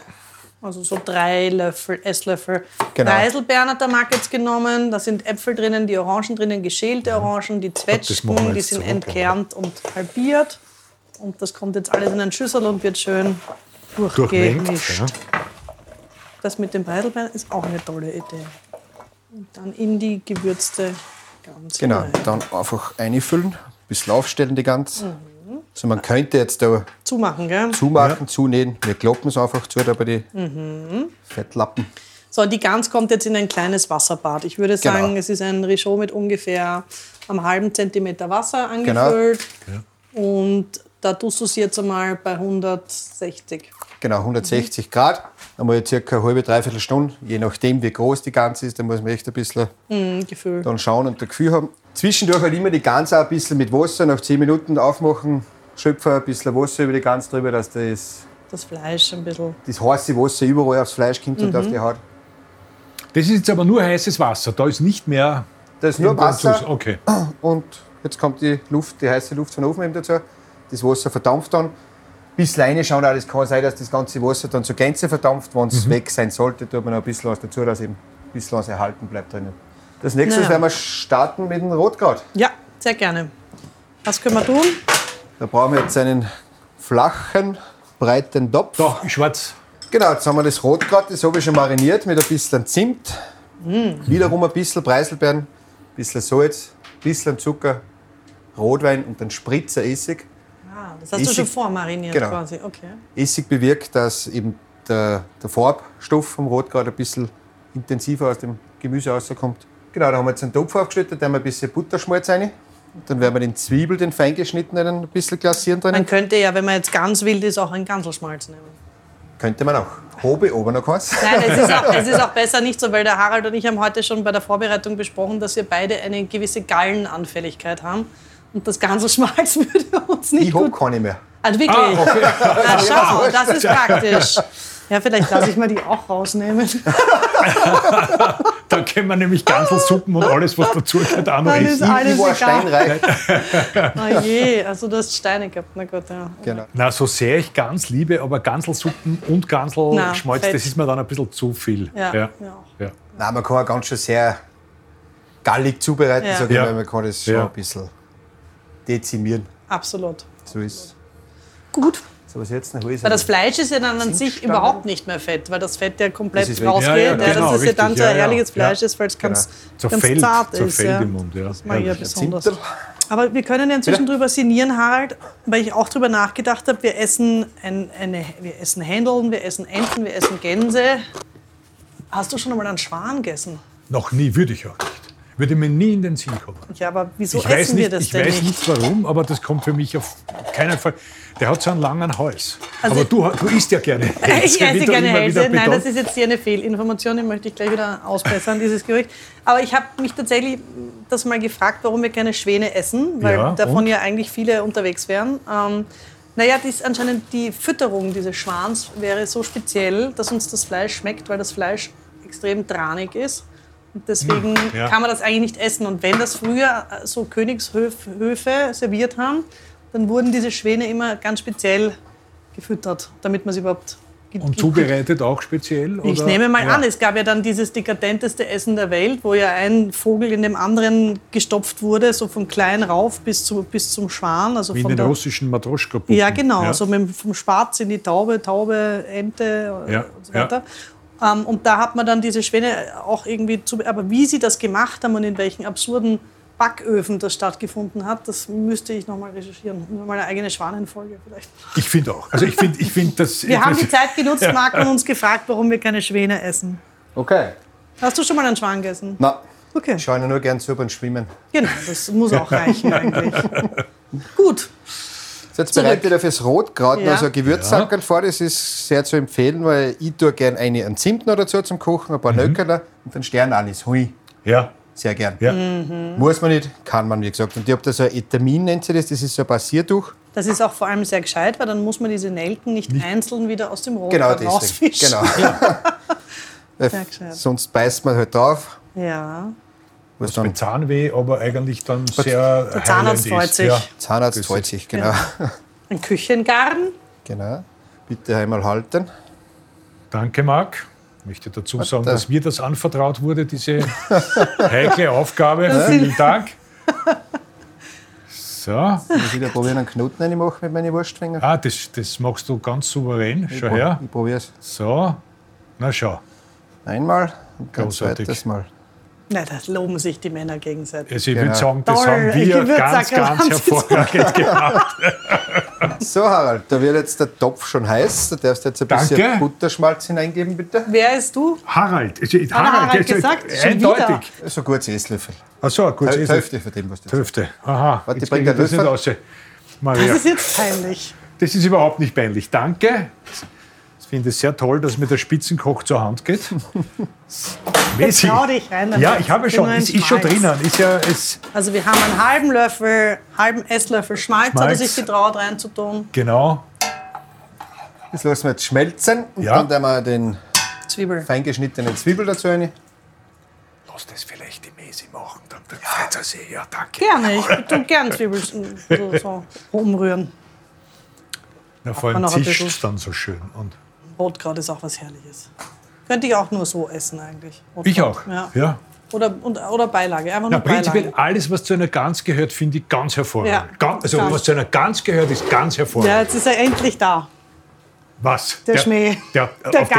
S3: Also so drei Löffel, Esslöffel.
S1: Genau.
S3: Preiselbeeren hat der Marc jetzt genommen. Da sind Äpfel drinnen, die Orangen drinnen, geschälte Orangen, die
S2: machen wir
S3: Zwetschgen, die
S2: jetzt genau.
S3: sind
S2: so,
S3: entkernt und halbiert. Und das kommt jetzt alles in einen Schüssel und wird schön
S2: Durchmengt.
S3: durchgemischt.
S2: Ja.
S3: Das mit den Preiselbeeren ist auch eine tolle Idee. Und dann in die gewürzte Gans.
S1: Genau.
S3: hinein.
S1: Dann einfach einfüllen, ein bisschen aufstellen die Gans. Also man könnte jetzt da
S3: Zumachen, gell?
S1: zumachen, zunähen. Wir kloppen es einfach zu, da bei den Fettlappen.
S3: So, die Gans kommt jetzt in ein kleines Wasserbad. Ich würde sagen, es ist ein Richaud mit ungefähr einem halben Zentimeter Wasser angefüllt. Und da tust du sie jetzt einmal bei 160.
S1: Genau, 160 Grad. Einmal circa eine halbe, dreiviertel Stunde. Je nachdem, wie groß die Ganze ist, da muss man echt ein bisschen
S3: Mhm, Gefühl.
S1: dann schauen und ein Gefühl haben. Zwischendurch halt immer die Gans auch ein bisschen mit Wasser, nach 10 Minuten aufmachen, schöpfen, ein bisschen Wasser über die Gans drüber, dass das,
S3: Das Fleisch ein bisschen.
S1: das heiße Wasser überall aufs Fleisch kommt und auf die Haut.
S2: Das ist jetzt aber nur heißes Wasser. Da ist nicht mehr.
S1: Das ist nur
S2: irgendwas
S1: Wasser
S2: zu- Okay.
S1: und jetzt kommt die Luft, die heiße Luft von oben eben dazu. Das Wasser verdampft dann. Bis Leine schauen, auch das kann sein, dass das ganze Wasser dann zur Gänze verdampft. Wenn es weg sein sollte, tut man noch ein bisschen was dazu, dass eben ein bisschen was erhalten bleibt drinnen. Das nächste
S3: Naja.
S1: werden wir starten mit dem Rotkraut.
S3: Ja, sehr gerne. Was können wir tun?
S1: Da brauchen wir jetzt einen flachen, breiten Topf.
S2: Da, schwarz.
S1: Genau, jetzt haben wir das Rotkraut, das habe ich schon mariniert mit ein bisschen Zimt. Wiederum ein bisschen Preiselbeeren, ein bisschen Salz, ein bisschen Zucker, Rotwein und dann Spritzer Essig.
S3: Ah, das hast du
S1: Essig.
S3: schon vormariniert
S1: Genau.
S3: quasi. Okay.
S1: Essig bewirkt, dass eben der, der Farbstoff vom Rotkraut ein bisschen intensiver aus dem Gemüse rauskommt. Genau, da haben wir jetzt einen Topf aufgeschnitten, da haben wir ein bisschen Butterschmalz rein. Und dann werden wir den Zwiebel, den feingeschnittenen, ein bisschen glasieren
S3: Man
S1: drinnen.
S3: könnte ja, wenn man jetzt ganz wild ist, auch einen Ganselschmalz nehmen.
S1: Könnte man auch. Hobe, oben noch was.
S3: Nein, es ist, auch, es ist auch besser nicht so, weil der Harald und ich haben heute schon bei der Vorbereitung besprochen, dass wir beide eine gewisse Gallenanfälligkeit haben. Und das ganze Schmalz würde uns nicht
S1: Ich habe
S3: gut...
S1: keine mehr.
S3: Also wirklich,
S2: Ah,
S3: Na, schau, das ist praktisch. Ja, vielleicht lasse ich mir die auch rausnehmen.
S2: Da können wir nämlich Ganselsuppen und alles, was dazugehört, auch noch
S3: Dann ist
S2: essen.
S1: Ich
S3: alles
S1: war
S3: egal.
S1: steinreich.
S3: Oh je, also du hast Steine gehabt, na gut, ja.
S1: Genau.
S2: Na, so sehr ich Gans liebe, aber Ganselsuppen und Ganselschmalz,
S3: Nein,
S2: das ist mir dann ein bisschen zu viel.
S3: Ja,
S2: ja.
S3: ja.
S2: ja.
S1: Nein, man kann auch ganz schön sehr gallig zubereiten,
S3: Ja.
S1: sag ich
S2: Ja.
S1: mal. Man kann das schon
S2: Ja.
S1: ein bisschen dezimieren.
S3: Absolut.
S1: So ist
S3: Gut,
S1: so was jetzt noch ist.
S3: weil das Fleisch ist ja dann an sich
S1: Zimtstangen.
S3: überhaupt nicht mehr fett, weil das Fett ja komplett
S1: Das ist weg.
S3: rausgeht.
S2: Ja,
S3: Ja,
S2: ja,
S3: das
S2: genau,
S3: ist ja dann
S2: richtig,
S3: so ein
S2: ja, ja.
S3: herrliches Fleisch ist, weil es ganz, ganz
S2: Zerfällt,
S3: zart ist.
S2: zerfällt
S3: ja.
S2: im Mund, ja.
S3: Das mag ich ja
S2: Ja.
S3: besonders.
S1: Zimtel.
S3: Aber wir können ja inzwischen
S1: Bitte?
S3: drüber sinnieren, Harald, weil ich auch drüber nachgedacht habe, wir essen, ein, eine, wir essen Händeln, wir essen Enten, wir essen Gänse. Hast du schon einmal einen Schwan gegessen?
S2: Noch nie, würde ich auch nicht. Würde mir nie in den Sinn kommen.
S3: Ja, aber wieso
S2: ich weiß
S3: essen wir
S2: nicht,
S3: das
S2: ich
S3: denn
S2: weiß nicht
S3: nicht?
S2: warum, aber das kommt für mich auf keinen Fall. Der hat so einen langen Hals.
S3: Also-
S2: aber du, du isst ja gerne Hälse.
S3: Ich
S2: wie
S3: esse
S2: du
S3: gerne
S2: immer wieder
S3: Hälse. Nein, das
S2: betonst.
S3: ist jetzt hier eine Fehlinformation, die möchte ich gleich wieder ausbessern, dieses Gerücht. Aber ich habe mich tatsächlich das mal gefragt, warum wir gerne Schwäne essen, weil
S2: Ja,
S3: davon
S2: und?
S3: ja eigentlich viele unterwegs wären. Ähm, naja, die ist anscheinend die Fütterung dieses Schwans wäre so speziell, dass uns das Fleisch schmeckt, weil das Fleisch extrem tranig ist. Und deswegen
S2: Hm, ja.
S3: kann man das eigentlich nicht essen. Und wenn das früher äh, so Königshöfe serviert haben, dann wurden diese Schwäne immer ganz speziell gefüttert, damit man sie überhaupt ge-
S2: Und
S3: ge-
S2: zubereitet auch speziell?
S3: Ich
S2: oder?
S3: nehme mal
S2: Ja.
S3: an, es gab ja dann dieses dekadenteste Essen der Welt, wo ja ein Vogel in dem anderen gestopft wurde, so von klein rauf bis, zu, bis zum Schwan. Also
S2: Wie in
S3: von
S2: den
S3: der,
S2: russischen matroschka
S3: ja, genau. So mit, dem- vom Spatz in die Taube, Taube, Ente äh,
S2: Ja,
S3: und so weiter. Ähm, und da hat man dann diese Schwäne auch irgendwie zu. Aber wie sie das gemacht haben und in welchen absurden Backöfen das stattgefunden hat, das müsste ich nochmal recherchieren. Nur mal eine eigene Schwanenfolge vielleicht.
S2: Ich finde auch. Also ich finde, ich find, das.
S3: Wir haben die Zeit genutzt, Marc, und uns gefragt, warum wir keine Schwäne essen.
S1: Okay.
S3: Hast du schon mal einen Schwan gegessen?
S1: Na,
S3: Okay,
S1: ich schaue ihnen nur gern zu beim Schwimmen.
S3: genau, das muss auch reichen eigentlich. Gut,
S1: So, jetzt bereite ich da fürs Rotkraut
S3: Ja.
S1: noch so ein Gewürzsackerl vor. Das ist sehr zu empfehlen, weil ich tue gern eine an Zimt noch dazu zum Kochen, ein paar mhm. und dann Sternanis. Hui,
S2: Ja,
S1: sehr gern.
S2: ja.
S3: Mm.
S1: Muss man nicht, kann man, wie gesagt. Und ich habe da so ein Etamin, nennt sich das, das ist so ein Basiertuch.
S3: das ist auch vor allem sehr gescheit, weil dann muss man diese Nelken nicht, einzeln wieder aus dem
S1: Genau
S3: Rotkraut
S1: deswegen.
S3: rausfischen.
S1: Genau. Weil
S3: Sehr gescheit.
S1: sonst beißt man halt drauf.
S3: Ja,
S1: Was
S2: Das mit Zahnweh, aber eigentlich dann sehr
S3: Der Zahnarzt
S2: heilend
S3: freut
S2: ist.
S3: sich.
S2: Ja.
S1: Zahnarzt freut sich, genau.
S3: Ein Küchengarn.
S1: genau. Bitte einmal halten.
S2: Danke, Marc. Ich möchte dazu sagen,
S1: da.
S2: dass mir das anvertraut wurde, diese heikle Aufgabe.
S3: sind-
S2: Vielen Dank. So,
S1: Ich muss wieder probieren, einen Knoten reinmachen mit meinen Wurstfingern.
S2: ah, das, das machst du ganz souverän.
S1: Ich
S2: Schau
S1: prob-
S2: her.
S1: Ich probiere es.
S2: So, na schau.
S1: Einmal und kein
S2: Großartig.
S1: zweites Mal.
S3: Na, das loben sich die Männer gegenseitig.
S2: Also ich
S1: Genau.
S2: würde sagen, das
S3: Toll,
S2: haben wir ganz,
S3: Gewürzsacker
S2: ganz
S3: haben Sie so.
S2: hervorragend gemacht.
S1: So, Harald, da wird jetzt der Topf schon heiß. Da darfst du jetzt ein
S2: Danke.
S1: bisschen Butterschmalz hineingeben, bitte.
S3: Wer ist du?
S2: Harald, also Harald,
S3: Hat er Harald
S2: jetzt-
S3: gesagt? Schon wieder.
S2: eindeutig.
S1: So ein gutes Esslöffel.
S2: Achso, gut.
S1: Die
S2: ist es.
S1: Hälfte von dem, was du jetzt
S2: Hälfte. Aha,
S1: Warte,
S2: jetzt
S1: ich bring
S2: krieg ich
S1: den
S2: das nicht raus. Maria.
S3: Das ist jetzt peinlich.
S2: Das ist überhaupt nicht peinlich. Danke. Ich finde es sehr toll, dass mir der Spitzenkoch zur Hand geht. Messi.
S3: Trau dich rein. damit.
S2: Ja, ich habe
S3: Bin
S2: schon.
S3: nur ein
S2: Es ist schon
S3: Schmalz.
S2: drinnen. Ist ja, es,
S3: Also wir haben einen halben Löffel, halben Esslöffel Schmalz, hat er
S2: Schmalz.
S3: sich getraut reinzutun.
S2: genau.
S1: Das lassen wir jetzt schmelzen und
S2: Ja.
S1: dann dann wir den
S3: Zwiebel.
S1: feingeschnittenen Zwiebel dazu rein.
S2: Lass das vielleicht die Messi machen. Dann dann freut er sich. Ja, danke.
S3: Gerne, ich tue gern Zwiebeln so, so umrühren.
S2: Na, vor
S3: man
S2: allem
S3: noch ein
S2: zischt es
S3: bisschen.
S2: dann so schön. Und
S3: Rotkraut ist auch was Herrliches. Könnte ich auch nur so essen eigentlich. Rotkraut.
S2: ich auch.
S3: Ja.
S2: ja.
S3: Oder, und, oder Beilage, einfach
S2: Na,
S3: nur
S2: prinzipiell
S3: Beilage.
S2: alles, was zu einer Gans gehört, finde ich ganz hervorragend.
S3: Ja.
S2: Ganz, also,
S3: Ganz.
S2: was zu einer Gans gehört, ist ganz hervorragend.
S3: Ja, jetzt ist er endlich da,
S2: Was?
S3: der, Schmäh.
S2: Der,
S3: der
S2: auf den-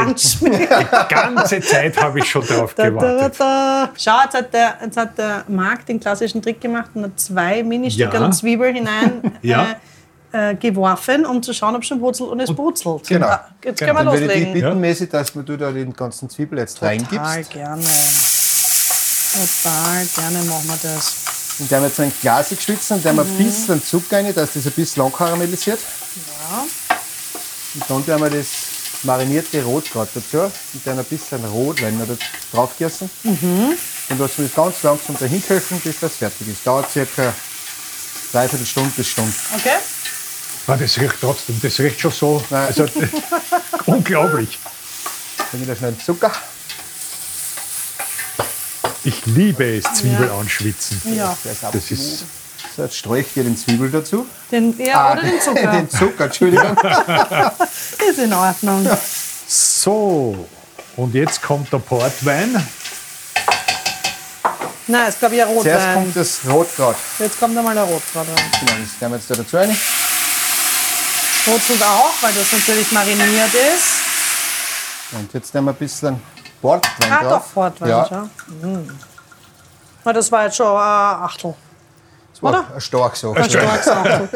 S3: Ganzschmäh.
S2: Die ganze Zeit habe ich schon drauf
S3: Da, da, da,
S2: gewartet.
S3: da. Schau, jetzt hat, der, jetzt hat der Marc den klassischen Trick gemacht und hat zwei Ministücke
S2: Ja.
S3: Zwiebel hinein
S2: Ja.
S3: äh, äh, geworfen, um zu schauen, ob schon brutzelt und es brutzelt.
S1: genau.
S3: Ah, Jetzt
S2: Genau.
S3: können
S1: Dann würde ich
S3: wir
S1: dich
S3: loslegen.
S1: bitten,
S2: Ja.
S1: Messi, dass du da den ganzen Zwiebel jetzt
S3: Total
S1: reingibst.
S3: gerne. Total gerne machen wir das.
S1: Und dann jetzt ein Glas geschwitzen und dann ein
S3: Mhm.
S1: bisschen Zucker rein, dass das ein bisschen lang karamellisiert.
S3: Ja.
S1: Und dann werden wir das marinierte Rotkraut dazu und dann ein bisschen Rotwein noch draufgegessen.
S3: Mhm.
S1: Und lassen wir das ganz langsam dahin köcheln, bis das fertig ist. Dauert circa dreiviertel Stunde bis Stunde.
S3: Okay?
S2: Nein, das riecht trotzdem, das riecht schon so.
S1: Nein.
S2: Also, unglaublich.
S1: Dann wieder schnell Zucker.
S2: Ich liebe es, Zwiebel anschwitzen.
S3: Ja.
S1: Der ist
S2: Das ist,
S1: So, jetzt streicht ihr den Zwiebel dazu.
S3: Den, ja,
S1: Ah.
S3: Ah, oder den Zucker.
S1: den Zucker, Entschuldigung.
S3: Ist in Ordnung.
S2: so, und jetzt kommt der Portwein.
S3: Nein, es gab ja
S1: Zuerst
S3: Rotwein.
S1: kommt das Rotkraut.
S3: Jetzt kommt einmal der Rotkraut rein.
S1: Genau, das nehmen wir jetzt da dazu rein.
S3: Brutzelt auch, weil das natürlich mariniert ist.
S1: Und jetzt nehmen wir ein bisschen Portwein
S3: Ah,
S1: drauf.
S3: doch, Portwein,
S1: Ja,
S3: ja. Na, das war jetzt schon ein Achtel.
S1: das war
S3: oder?
S1: ein stark so.
S3: Ein starkes Achtel.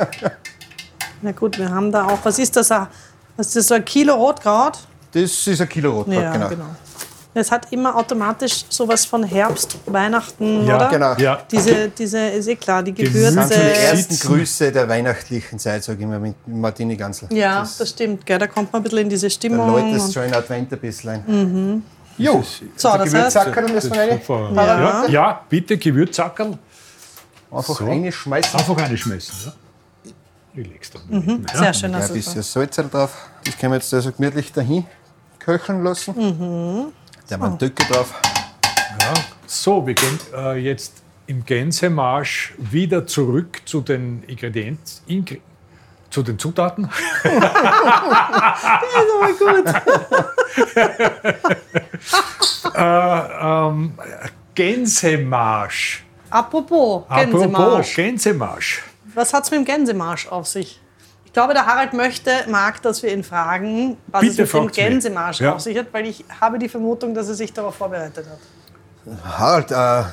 S3: Na gut, wir haben da auch, was ist das? ah? Was ist das, so ein Kilo Rotkraut?
S1: Das ist ein Kilo Rotkraut,
S3: Ja,
S1: genau.
S3: genau. Es hat immer automatisch sowas von Herbst, Weihnachten,
S2: Ja,
S3: oder?
S1: genau.
S2: Ja,
S3: Diese, diese, ist eh klar, die
S1: Das sind so die
S3: Gewürze.
S2: Gemüse-
S1: ersten
S2: Sitzen.
S1: Grüße der weihnachtlichen Zeit, sage ich immer, mit Martini Gansler.
S3: Ja, das stimmt. Gell? Da kommt man ein bisschen in diese
S1: Dann
S3: Stimmung.
S1: läutet es
S3: und-
S1: schon in Advent ein bisschen. Mhm. Jo,
S3: So, das heißt,
S1: Gewürzsacker müssen wir rein.
S2: super. Ja. ja, bitte Gewürzsackerl.
S1: Einfach
S2: So.
S1: reinschmeißen.
S2: Einfach reinschmeißen. Ja. Relax dann. Ja.
S3: sehr schön,
S1: Ja,
S3: das
S1: ein bisschen
S3: ist
S1: Salz drauf. Das können wir jetzt also gemütlich dahin köcheln lassen. Mhm. Dann
S3: Oh.
S1: haben wir einen Döcke drauf.
S2: Ja. Ah. So, wir gehen äh, jetzt im Gänsemarsch wieder zurück zu den Ingredienz, Ingr zu den Zutaten.
S3: aber gut.
S2: Ähm, Gänsemarsch.
S3: Apropos
S2: Apropos
S3: Gänsemarsch.
S2: Gänsemarsch.
S3: Was hat's mit dem Gänsemarsch auf sich? Ich glaube, der Harald möchte, mag, dass wir ihn fragen, was
S2: Bitte
S3: es mit dem
S2: fragt's mich.
S3: Gänsemarsch
S2: Ja.
S3: auf sich hat, weil ich habe die Vermutung, dass er sich darauf vorbereitet hat.
S1: Harald, äh,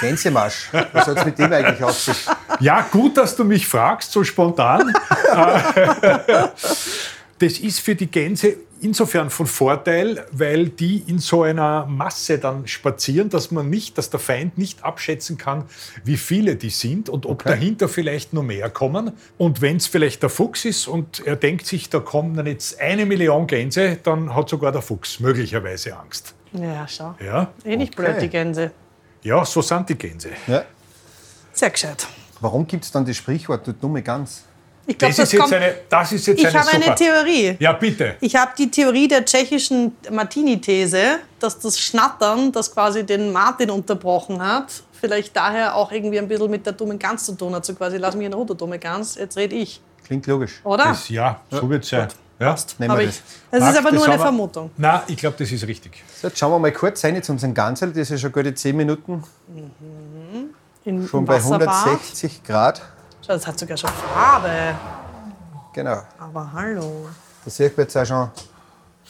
S1: Gänsemarsch. Was hat es mit dem eigentlich auf sich?
S2: Ja, gut, dass du mich fragst, so spontan. das ist für die Gänse insofern von Vorteil, weil die in so einer Masse dann spazieren, dass man nicht, dass der Feind nicht abschätzen kann, wie viele die sind und ob dahinter vielleicht noch mehr kommen. Und wenn es vielleicht der Fuchs ist und er denkt sich, da kommen dann jetzt eine Million Gänse, dann hat sogar der Fuchs möglicherweise Angst.
S3: Ja, schau.
S2: Ja,
S3: Eh nicht
S1: Okay.
S3: blöd, die Gänse.
S2: ja so sind die Gänse.
S1: Ja.
S3: Sehr gescheit.
S1: Warum gibt es dann das Sprichwort, du dumme Gans?
S3: Ich glaub,
S2: Das, ist jetzt
S3: kommt-
S2: eine, das ist jetzt
S3: Ich
S2: eine
S3: habe eine
S2: super-
S3: Theorie.
S2: Ja, bitte.
S3: Ich habe die Theorie der tschechischen Martini-These, dass das Schnattern, das quasi den Martin unterbrochen hat, vielleicht daher auch irgendwie ein bisschen mit der dummen Gans zu tun hat. So quasi, lass mich in Ruhe, du dumme Gans, jetzt red ich.
S1: Klingt logisch.
S3: Oder?
S2: Das, ja, so wird es sein. Ja.
S1: Nehmen
S3: Oh, Hab
S1: wir
S3: ich.
S1: das.
S3: Das
S2: Macht
S3: ist aber
S2: das
S3: nur eine
S2: aber-
S3: Vermutung.
S2: Na, ich glaube, das ist richtig.
S1: So, jetzt schauen wir mal kurz rein zum St. Ganzel. Das ist ja schon gute 10 Minuten.
S3: In,
S1: Schon
S3: im
S1: bei
S3: Wasserbad.
S1: 160 Grad.
S3: Schau, das hat sogar schon Farbe.
S1: Genau.
S3: Aber hallo.
S1: Da sehe ich jetzt auch schon.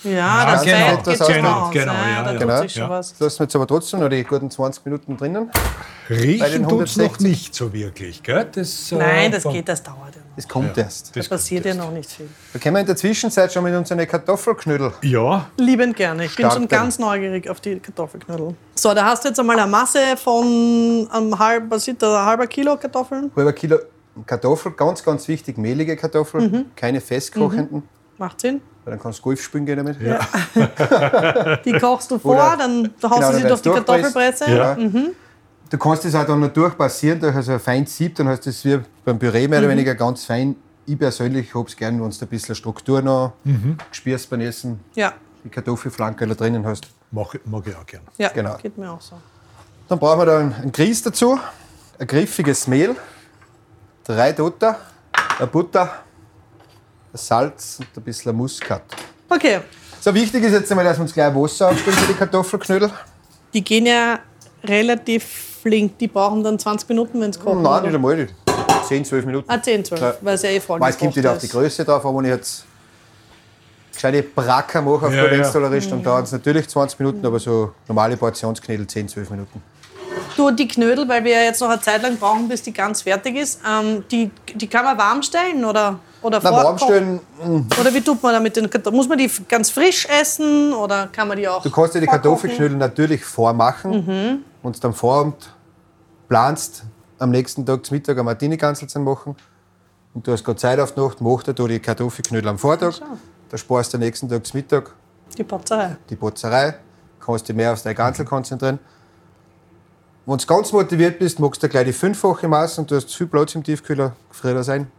S3: Ja, das
S1: genau,
S3: Feld geht
S1: das
S3: schon
S1: genau,
S3: aus.
S2: genau,
S3: ja,
S2: ja, ja.
S3: da tut
S1: Genau.
S3: sich schon
S2: Ja.
S3: was.
S1: Lassen wir jetzt aber trotzdem noch die guten 20 Minuten drinnen.
S2: Riechen tut es
S1: 160.
S2: noch nicht so wirklich, gell? Das, äh,
S3: Nein, das
S2: von-
S3: geht, das dauert ja noch.
S1: Das kommt erst.
S3: Da
S2: Das
S3: passiert ja noch nicht viel.
S1: Da können wir in der Zwischenzeit schon mit unseren Kartoffelknödel.
S2: Ja,
S3: Liebend gerne. Ich bin
S1: Stark
S3: schon
S1: dann.
S3: ganz neugierig auf die Kartoffelknödel. So, da hast du jetzt einmal eine Masse von einem halb, was ist das, ein halber Kilo Kartoffeln.
S1: Halber Kilo Kartoffel, ganz, ganz wichtig, mehlige Kartoffeln,
S3: Mhm.
S1: keine festkochenden.
S3: Macht Sinn.
S1: Weil dann kannst du Golf spielen gehen damit.
S3: Die kochst du vor,
S1: Oder-
S3: dann haust
S1: Genau,
S3: du sie
S1: dann
S3: durch die
S1: werd's durchpresst.
S3: Kartoffelpresse.
S2: Ja.
S1: Du kannst das auch dann noch durchpassieren durch also ein feines Sieb, dann hast du es wie beim Püree mehr oder
S3: Mhm.
S1: weniger ganz fein. Ich persönlich habe es gern, wenn du ein bisschen Struktur noch
S3: Mhm.
S1: gespürst beim Essen,
S3: Ja,
S1: die Kartoffelflanke da drinnen hast.
S2: mach, mag ich auch gern.
S3: ja,
S1: Genau.
S3: geht mir auch so.
S1: Dann brauchen wir da einen Grieß dazu, ein griffiges Mehl, drei Dotter, eine Butter, ein Salz und ein bisschen Muskat.
S3: Okay,
S1: So wichtig ist jetzt einmal, dass wir uns gleich Wasser aufstellen für die Kartoffelknödel.
S3: die gehen ja relativ flink. Die brauchen dann 20 Minuten, wenn es kocht.
S1: Nein, nicht einmal. 10, 12 Minuten.
S3: Mhm. Ah, 10, 12,
S1: Ja.
S3: weil es ja eh voll
S1: Weil es kommt
S3: gekocht
S1: wieder auf die
S3: ist.
S1: Größe drauf, aber wenn ich jetzt gescheite Bracker mache auf
S2: Ja,
S1: ja,
S2: ja.
S1: Kondensdollerisch, dann dauert es natürlich 20 Minuten, aber so normale Portionsknödel 10, 12 Minuten.
S3: Du, die Knödel, weil wir ja jetzt noch eine Zeit lang brauchen, bis die ganz fertig ist, ähm, die, die kann man warm stellen oder, oder
S1: Na,
S3: vorkochen?
S1: warm stellen,
S3: Oder wie tut man damit den Kartoffeln? Muss man die f- ganz frisch essen oder kann man die auch?
S1: du kannst dir die
S3: vorkochen?
S1: Kartoffelknödel natürlich vormachen. Wenn du dann vorabend planst, am nächsten Tag zum Mittag eine Martini-Gansel zu machen und du hast gerade Zeit auf die Nacht, mach dir da die Kartoffelknödel am Vortag, da sparst du am nächsten Tag zum Mittag
S3: Die Patzerei.
S1: die Putzerei, kannst dich mehr auf dein Ganzel konzentrieren. Wenn du ganz motiviert bist, magst du gleich die fünffache Maß und du hast viel Platz im Tiefkühler, friert das ein,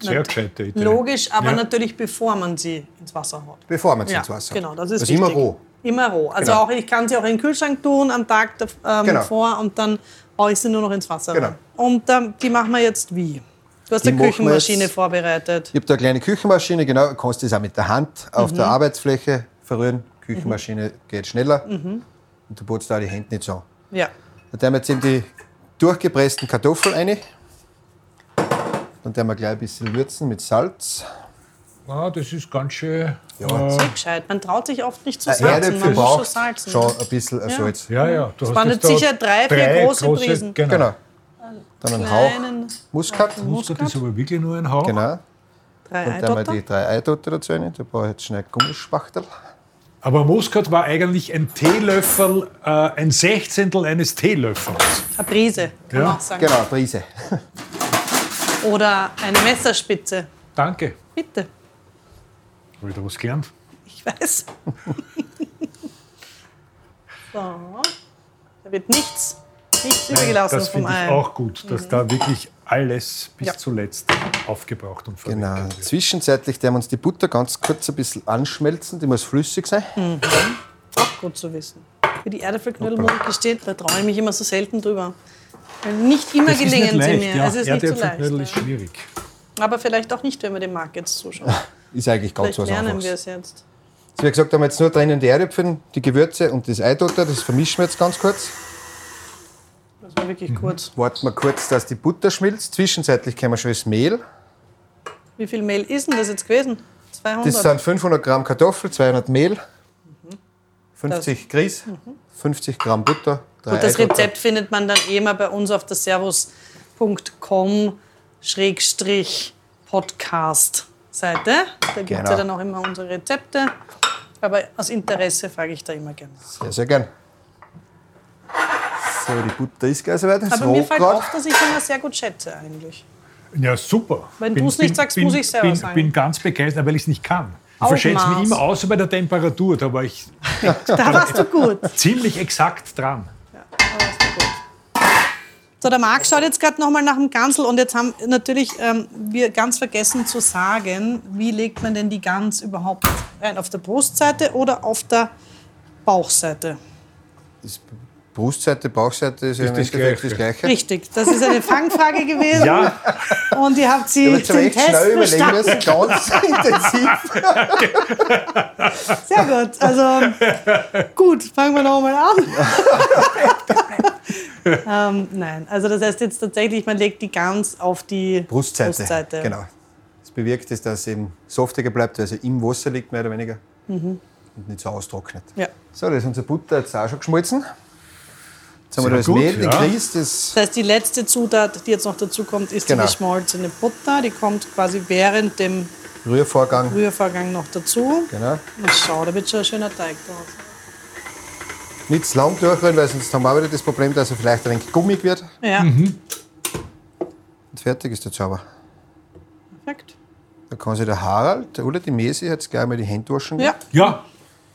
S2: Sehr gescheite Idee.
S3: Logisch, aber
S2: Ja.
S3: natürlich bevor man sie ins Wasser haut.
S1: bevor man es
S3: Ja,
S1: ins Wasser
S3: genau, das ist
S1: Also immer
S3: wichtig.
S1: roh.
S3: Immer roh. Also
S1: Genau.
S3: auch, ich kann sie auch in den Kühlschrank tun am Tag dav- ähm,
S1: Genau.
S3: vor und dann haue ich sie nur noch ins Wasser.
S1: Genau.
S3: rein. Und ähm, die machen wir jetzt wie? Du hast
S1: Die
S3: eine
S1: machen wir
S3: Küchenmaschine
S1: jetzt-
S3: vorbereitet.
S1: Ich habe da eine kleine Küchenmaschine, genau, du kannst das auch mit der Hand auf der
S3: Mhm.
S1: Arbeitsfläche verrühren. Küchenmaschine geht schneller
S3: Mhm.
S1: und du putzt da die Hände nicht so.
S3: Ja.
S1: Da tun wir jetzt in die durchgepressten Kartoffeln rein. Dann tun wir gleich ein bisschen würzen mit Salz.
S2: Ah, das ist ganz schön. äh,
S1: Ja.
S3: So gescheit. Man traut sich oft nicht zu salzen.
S1: Erde
S3: Man muss schon
S1: Äh, braucht
S3: salzen. ne?
S1: schon ein bisschen Salz.
S2: Ja, ja. Du hast
S3: waren
S2: jetzt
S3: jetzt
S2: da
S3: sicher drei, vier große Prisen.
S2: Genau.
S1: Genau. Dann einen Hauch
S3: Einen,
S1: Muskat.
S2: Mustard ist aber wirklich nur ein Hauch.
S1: Genau.
S3: drei
S1: Und dann mal
S3: Eidotter.
S1: die drei Eidotter dazu rein. Da brauche ich jetzt schnell einen Gummispachtel.
S2: Aber Muskat war eigentlich ein Teelöffel, äh, ein Sechzehntel eines Teelöffels.
S3: Eine Prise, kann
S2: Ja.
S3: man auch sagen.
S1: Genau, Prise.
S3: Oder eine Messerspitze.
S2: Danke.
S3: Bitte.
S2: Hab wieder was gelernt.
S3: Ich weiß. so. Da wird nichts, nichts übergelassen
S2: Das
S3: vom
S2: finde
S3: Ei.
S2: ich auch gut, dass da wirklich alles bis
S3: Mhm. Ja.
S2: zuletzt aufgebraucht und verwendet
S1: Genau.
S2: wird.
S1: Zwischenzeitlich werden wir uns die Butter ganz kurz ein bisschen anschmelzen. Die muss flüssig sein.
S3: Hm. Auch gut zu wissen. Für die Erdäpfelknödel muss ich gestehen, da traue ich mich immer so selten drüber. Weil Nicht immer
S2: Das ist nicht
S3: gelingen sie
S2: leicht,
S3: mir.
S2: ja.
S3: Es ist nicht so
S2: Erdäpfelknödel ist
S3: leicht. ja.
S2: schwierig.
S3: Aber vielleicht auch nicht, wenn wir dem Marc jetzt zuschauen.
S1: Ist eigentlich ganz
S3: Vielleicht
S1: was
S3: lernen
S1: anderes.
S3: wir
S1: So
S3: es jetzt.
S1: wie gesagt, haben wir jetzt nur drinnen die Erdäpfel, die Gewürze und das Eidotter. Das vermischen wir jetzt ganz kurz.
S3: Das war
S2: Mhm.
S3: wirklich kurz.
S1: Warten wir kurz, dass die Butter schmilzt. Zwischenzeitlich können wir schon das Mehl.
S3: Wie viel Mehl ist denn das jetzt gewesen? 200.
S1: Das sind 500 Gramm Kartoffel, 200 Mehl, 50 Grieß, 50 Gramm Butter, drei
S3: Mhm. Gut, das
S1: Eidotter.
S3: Rezept findet man dann eh mal bei uns auf der servus.com Schrägstrich Podcast Seite. Da gibt es
S1: Genau.
S3: ja dann auch immer unsere Rezepte. Aber aus Interesse frage ich da immer gerne.
S1: Sehr, sehr gern. So, die Butter ist gleich soweit. Das
S3: Aber mir
S1: roch
S3: fällt
S1: grad.
S3: auf, dass ich immer sehr gut schätze eigentlich.
S2: Ja, super.
S3: Wenn du's nicht sagst, muss ich's selber
S2: bin,
S3: sagen.
S2: bin ganz begeistert, weil ich es nicht kann. Ich
S3: Augenmaß.
S2: verschätze mich immer außer bei der Temperatur, da war ich
S3: Da warst du gut.
S2: ziemlich exakt dran.
S3: So, der Marc schaut jetzt gerade nochmal nach dem Gansel und jetzt haben natürlich ähm, wir ganz vergessen zu sagen, wie legt man denn die Gans überhaupt rein? Auf der Brustseite oder auf der Bauchseite?
S1: Das Brustseite, Bauchseite ist ja im
S2: das
S1: Endeffekt das
S2: Gleiche.
S1: Gleiche.
S3: Richtig, das ist eine Fangfrage gewesen
S2: Ja,
S3: und ihr habt
S1: Ich
S3: sie
S1: habe jetzt aber
S3: zum
S1: echt
S3: Test
S1: schnell überlegen
S3: bestanden.
S1: müssen, ganz intensiv.
S3: Sehr gut, also gut, fangen wir nochmal an. ähm, nein, also das heißt jetzt tatsächlich, man legt die Gans auf die
S1: Brustseite.
S3: Brustseite.
S1: Genau. Das bewirkt es, dass es eben softiger bleibt, weil sie im Wasser liegt, mehr oder weniger. Und nicht so austrocknet.
S3: Mhm. Ja.
S1: So, das ist unsere Butter jetzt auch schon geschmolzen. Jetzt haben wir
S2: Sehr
S1: da das
S2: gut,
S1: Mehl, den
S2: ja.
S1: Grieß, das
S3: Das heißt, die letzte Zutat, die jetzt noch dazu kommt, ist
S1: Genau.
S3: die geschmolzene Butter. Die kommt quasi während dem
S1: Rührvorgang.
S3: Rührvorgang noch dazu.
S1: Genau.
S3: Und schau, da wird schon ein schöner Teig draus.
S1: Nicht zu lang durchrühren, weil sonst haben wir auch wieder das Problem, dass er vielleicht ein wenig gummig wird.
S3: Ja,
S2: Mhm.
S1: Und fertig ist der Zauber.
S3: perfekt.
S1: Da kann sich der Harald oder die Mesi jetzt gleich mal die Hände waschen.
S3: Ja,
S2: ja,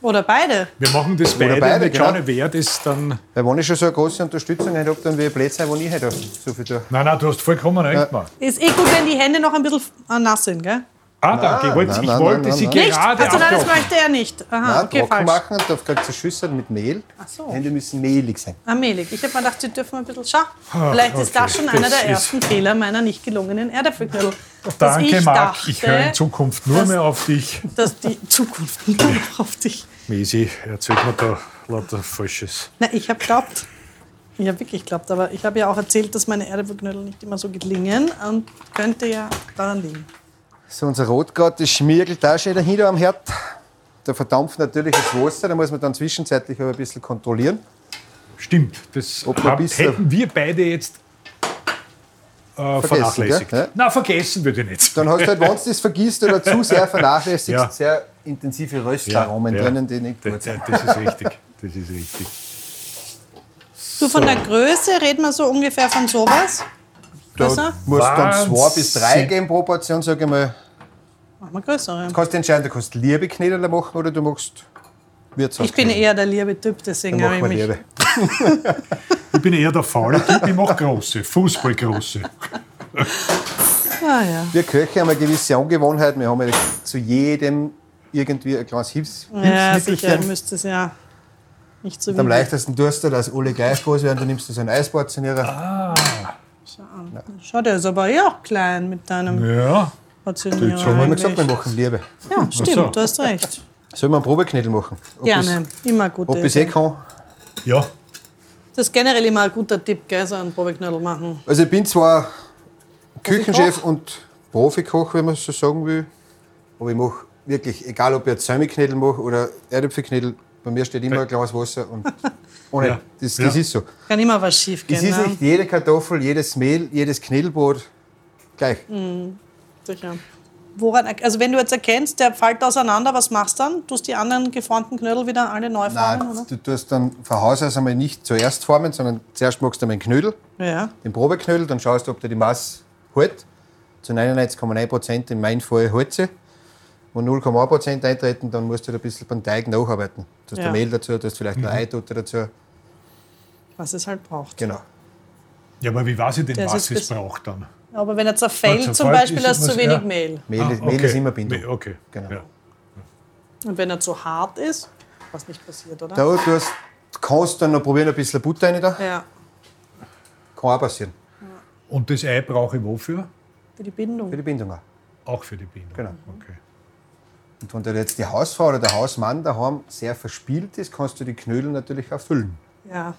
S3: oder beide.
S2: wir machen das beide,
S1: beide,
S2: und wir schauen,
S1: genau.
S2: wer das dann.
S1: Weil wenn ich schon so eine große Unterstützung hätte, dann wäre ich blöd sein, wenn ich heute so viel tue.
S2: Nein, nein, du hast vollkommen recht, Mann.
S3: Ist eh gut, wenn die Hände noch ein bisschen äh, nass sind, gell?
S2: Ah, danke. Ich wollte,
S1: nein,
S2: ich
S1: nein,
S2: wollte
S1: nein,
S2: sie
S1: nein,
S3: Nicht?
S2: gerade
S3: Also nein, das
S2: abkochen.
S3: möchte er nicht. Aha,
S1: Nein,
S3: Ah, okay,
S1: trocken
S3: falsch.
S1: machen und da kriegt sie Schüsseln mit Mehl.
S3: Ach so.
S1: Die Hände müssen mehlig sein.
S3: Ah, mehlig. Ich habe mir gedacht, sie dürfen ein bisschen schauen.
S2: Ah,
S3: Vielleicht ist das
S2: okay.
S3: schon einer
S2: Das
S3: der
S2: ist-
S3: ersten Fehler meiner nicht gelungenen Erdäpfelknödel. dass
S2: Danke, Marc. Ich höre in
S3: dachte,
S2: Zukunft nur
S3: dass-
S2: mehr auf dich.
S3: dass die Zukunft nur noch auf dich.
S2: Mesi, erzählt mir da lauter Falsches.
S3: Na, ich habe glaubt, ich habe wirklich geglaubt, aber ich habe ja auch erzählt, dass meine Erdäpfelknödel nicht immer so gelingen und könnte ja daran liegen.
S1: So, unser Rotgrat, das schmirgelt auch schon dahinter am Herd. Da verdampft natürlich das Wasser, da muss man dann zwischenzeitlich aber ein bisschen kontrollieren.
S2: Stimmt, das
S1: Ob wir
S2: hab,
S1: bis-
S2: hätten wir beide jetzt äh, vernachlässigt.
S1: gell? Ja.
S2: Nein, vergessen würde ich nicht.
S1: Dann hast du halt, wenn du das vergisst oder zu sehr vernachlässigst,
S2: Ja.
S1: sehr intensive Röstaromen
S2: Ja, ja.
S1: drinnen, die nicht gut
S2: Das,
S1: sind.
S2: das ist richtig. Das ist richtig.
S3: So von der Größe reden wir so ungefähr von sowas. Größer?
S1: Muss dann zwei bis drei
S2: Wahnsinn.
S1: geben pro Portion, sage ich mal.
S3: Machen wir größere.
S1: Du kannst entscheiden, du kannst liebe Knödel machen oder du machst Wirtshaus.
S3: Ich bin eher der liebe Typ, deswegen habe ich
S1: Machen wir
S3: mich.
S1: Liebe.
S2: Ich bin eher der faule Typ, ich mache große, Fußballgroße.
S3: Ah, ja.
S1: Wir Köche haben eine gewisse Angewohnheit. Wir haben ja zu jedem irgendwie ein kleines Hilfs
S3: ja, sicher,
S1: Hilfsmittelchen.
S3: du müsstest ja nicht so
S1: Und am leichtesten tust du, dass alle gleich groß werden. Du nimmst dir so einen
S3: Ah,
S1: Eisportionierer.
S3: Schau, der ist aber eh auch klein mit deinem
S2: Ja,
S3: Portionierer.
S2: Jetzt haben
S1: Haben wir
S3: eigentlich.
S1: gesagt, wir machen Liebe.
S3: Ja, stimmt,
S2: so.
S3: du hast recht.
S1: Sollen wir einen Probeknödel machen? Ob
S3: Gerne,
S1: ich's-
S3: immer gut.
S1: Ob ich es eh kann?
S2: ja.
S3: Das ist generell immer ein guter Tipp, gell, so einen Probeknödel machen.
S1: Also ich bin zwar Küchenchef und Profikoch, wenn man so sagen will. Aber ich mache wirklich, egal ob ich jetzt Säumeknödel mache oder Erdäpfelknödel, bei mir steht immer ein Glas Wasser. Und ohne,
S2: Ja.
S1: das, das
S2: Ja. Genau.
S1: ist so.
S3: Kann immer was schief
S1: Es
S3: gehen.
S1: ist nicht jede Kartoffel, jedes Mehl, jedes Knödelbrot gleich.
S2: Mhm.
S3: Sicher. Woran, erk- also wenn du jetzt erkennst, der fällt auseinander, was machst du dann? Tust die anderen gefrorenen Knödel wieder alle neu
S2: Genau,
S3: formen,
S1: Nein, du tust dann von Haus aus einmal nicht zuerst formen, sondern zuerst machst du einmal einen Knödel,
S3: oder? Ja.
S1: den Probeknödel, dann schaust du, ob der die Masse hält. Zu 99,9% in meinem Fall hält sie. Wenn 0,1% eintreten, dann musst du da ein bisschen beim Teig nacharbeiten. Du hast
S3: Ja.
S1: ja. Mehl dazu, du hast vielleicht eine Eidote dazu.
S3: Was es halt braucht.
S1: Genau.
S2: Ja, aber wie weiß ich denn,
S3: Das
S2: was
S3: ist
S2: es
S3: bis-
S2: braucht dann?
S3: Aber wenn jetzt er fällt
S2: Wenn's
S3: zum
S2: erfolgt
S3: Beispiel,
S2: ist,
S3: hast du
S2: muss
S3: zu wenig
S2: er-
S3: Mehl.
S1: Mehl,
S2: Ah,
S1: Mehl ist
S2: okay.
S1: immer Bindung.
S2: Nee, Okay,
S1: Genau.
S2: Ja.
S3: Und wenn er zu hart ist, was nicht passiert, oder?
S1: Da tust, kannst du dann noch probieren, ein bisschen Butter rein da.
S3: ja,
S1: Kann auch passieren.
S2: Und das Ei brauche ich wofür?
S3: für die Bindung.
S1: Für die Bindung auch.
S2: Auch für die Bindung.
S1: Genau.
S2: Okay.
S1: Und wenn da jetzt die Hausfrau oder der Hausmann daheim sehr verspielt ist, kannst du die Knödel natürlich auch füllen.
S3: Ja.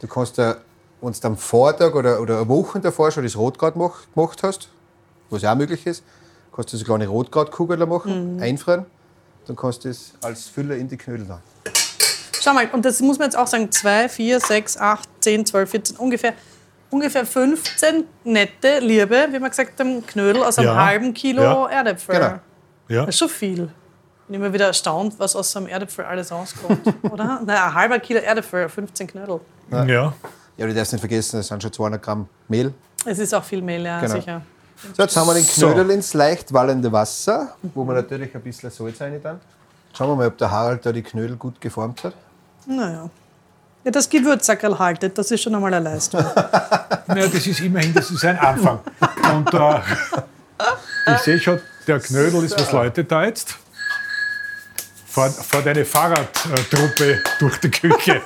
S1: Du kannst da, wenn du am Vortag oder, oder eine Woche davor schon das Rotgrat mach, gemacht hast, was auch möglich ist, kannst du so kleine Rotgratkugel machen, einfrieren, dann kannst du das als Füller in die Knödel dann.
S3: Schau mal, und das muss man jetzt auch sagen: 2, 4, 6, 8, 10, 12, 14, ungefähr, ungefähr 15 nette, liebe, wie man gesagt haben, Knödel aus einem
S2: Ja.
S3: halben Kilo
S2: Ja.
S3: Erdäpfel.
S1: Genau.
S2: Ja.
S3: Das ist schon viel. Bin immer wieder erstaunt, was aus so einem Erdäpfel alles rauskommt, oder? Na, ein halber Kilo Erdäpfel, 15 Knödel.
S2: ja.
S1: Ja, aber du darfst nicht vergessen, das sind schon 200 Gramm Mehl.
S3: Es ist auch viel Mehl, ja,
S1: Genau.
S3: sicher.
S1: So, jetzt haben wir den
S2: So.
S1: Knödel ins leicht wallende Wasser, wo wir natürlich ein bisschen Salz rein dann. Schauen wir mal, ob der Harald da die Knödel gut geformt hat.
S3: Naja. Ja, das Gewürzsackerl haltet, das ist schon einmal eine Leistung.
S2: Naja, das ist immerhin, das ist ein Anfang. Und äh, ich sehe schon, der Knödel ist, was Leute da jetzt? Fahr, fahr deine Fahrradtruppe durch die Küche.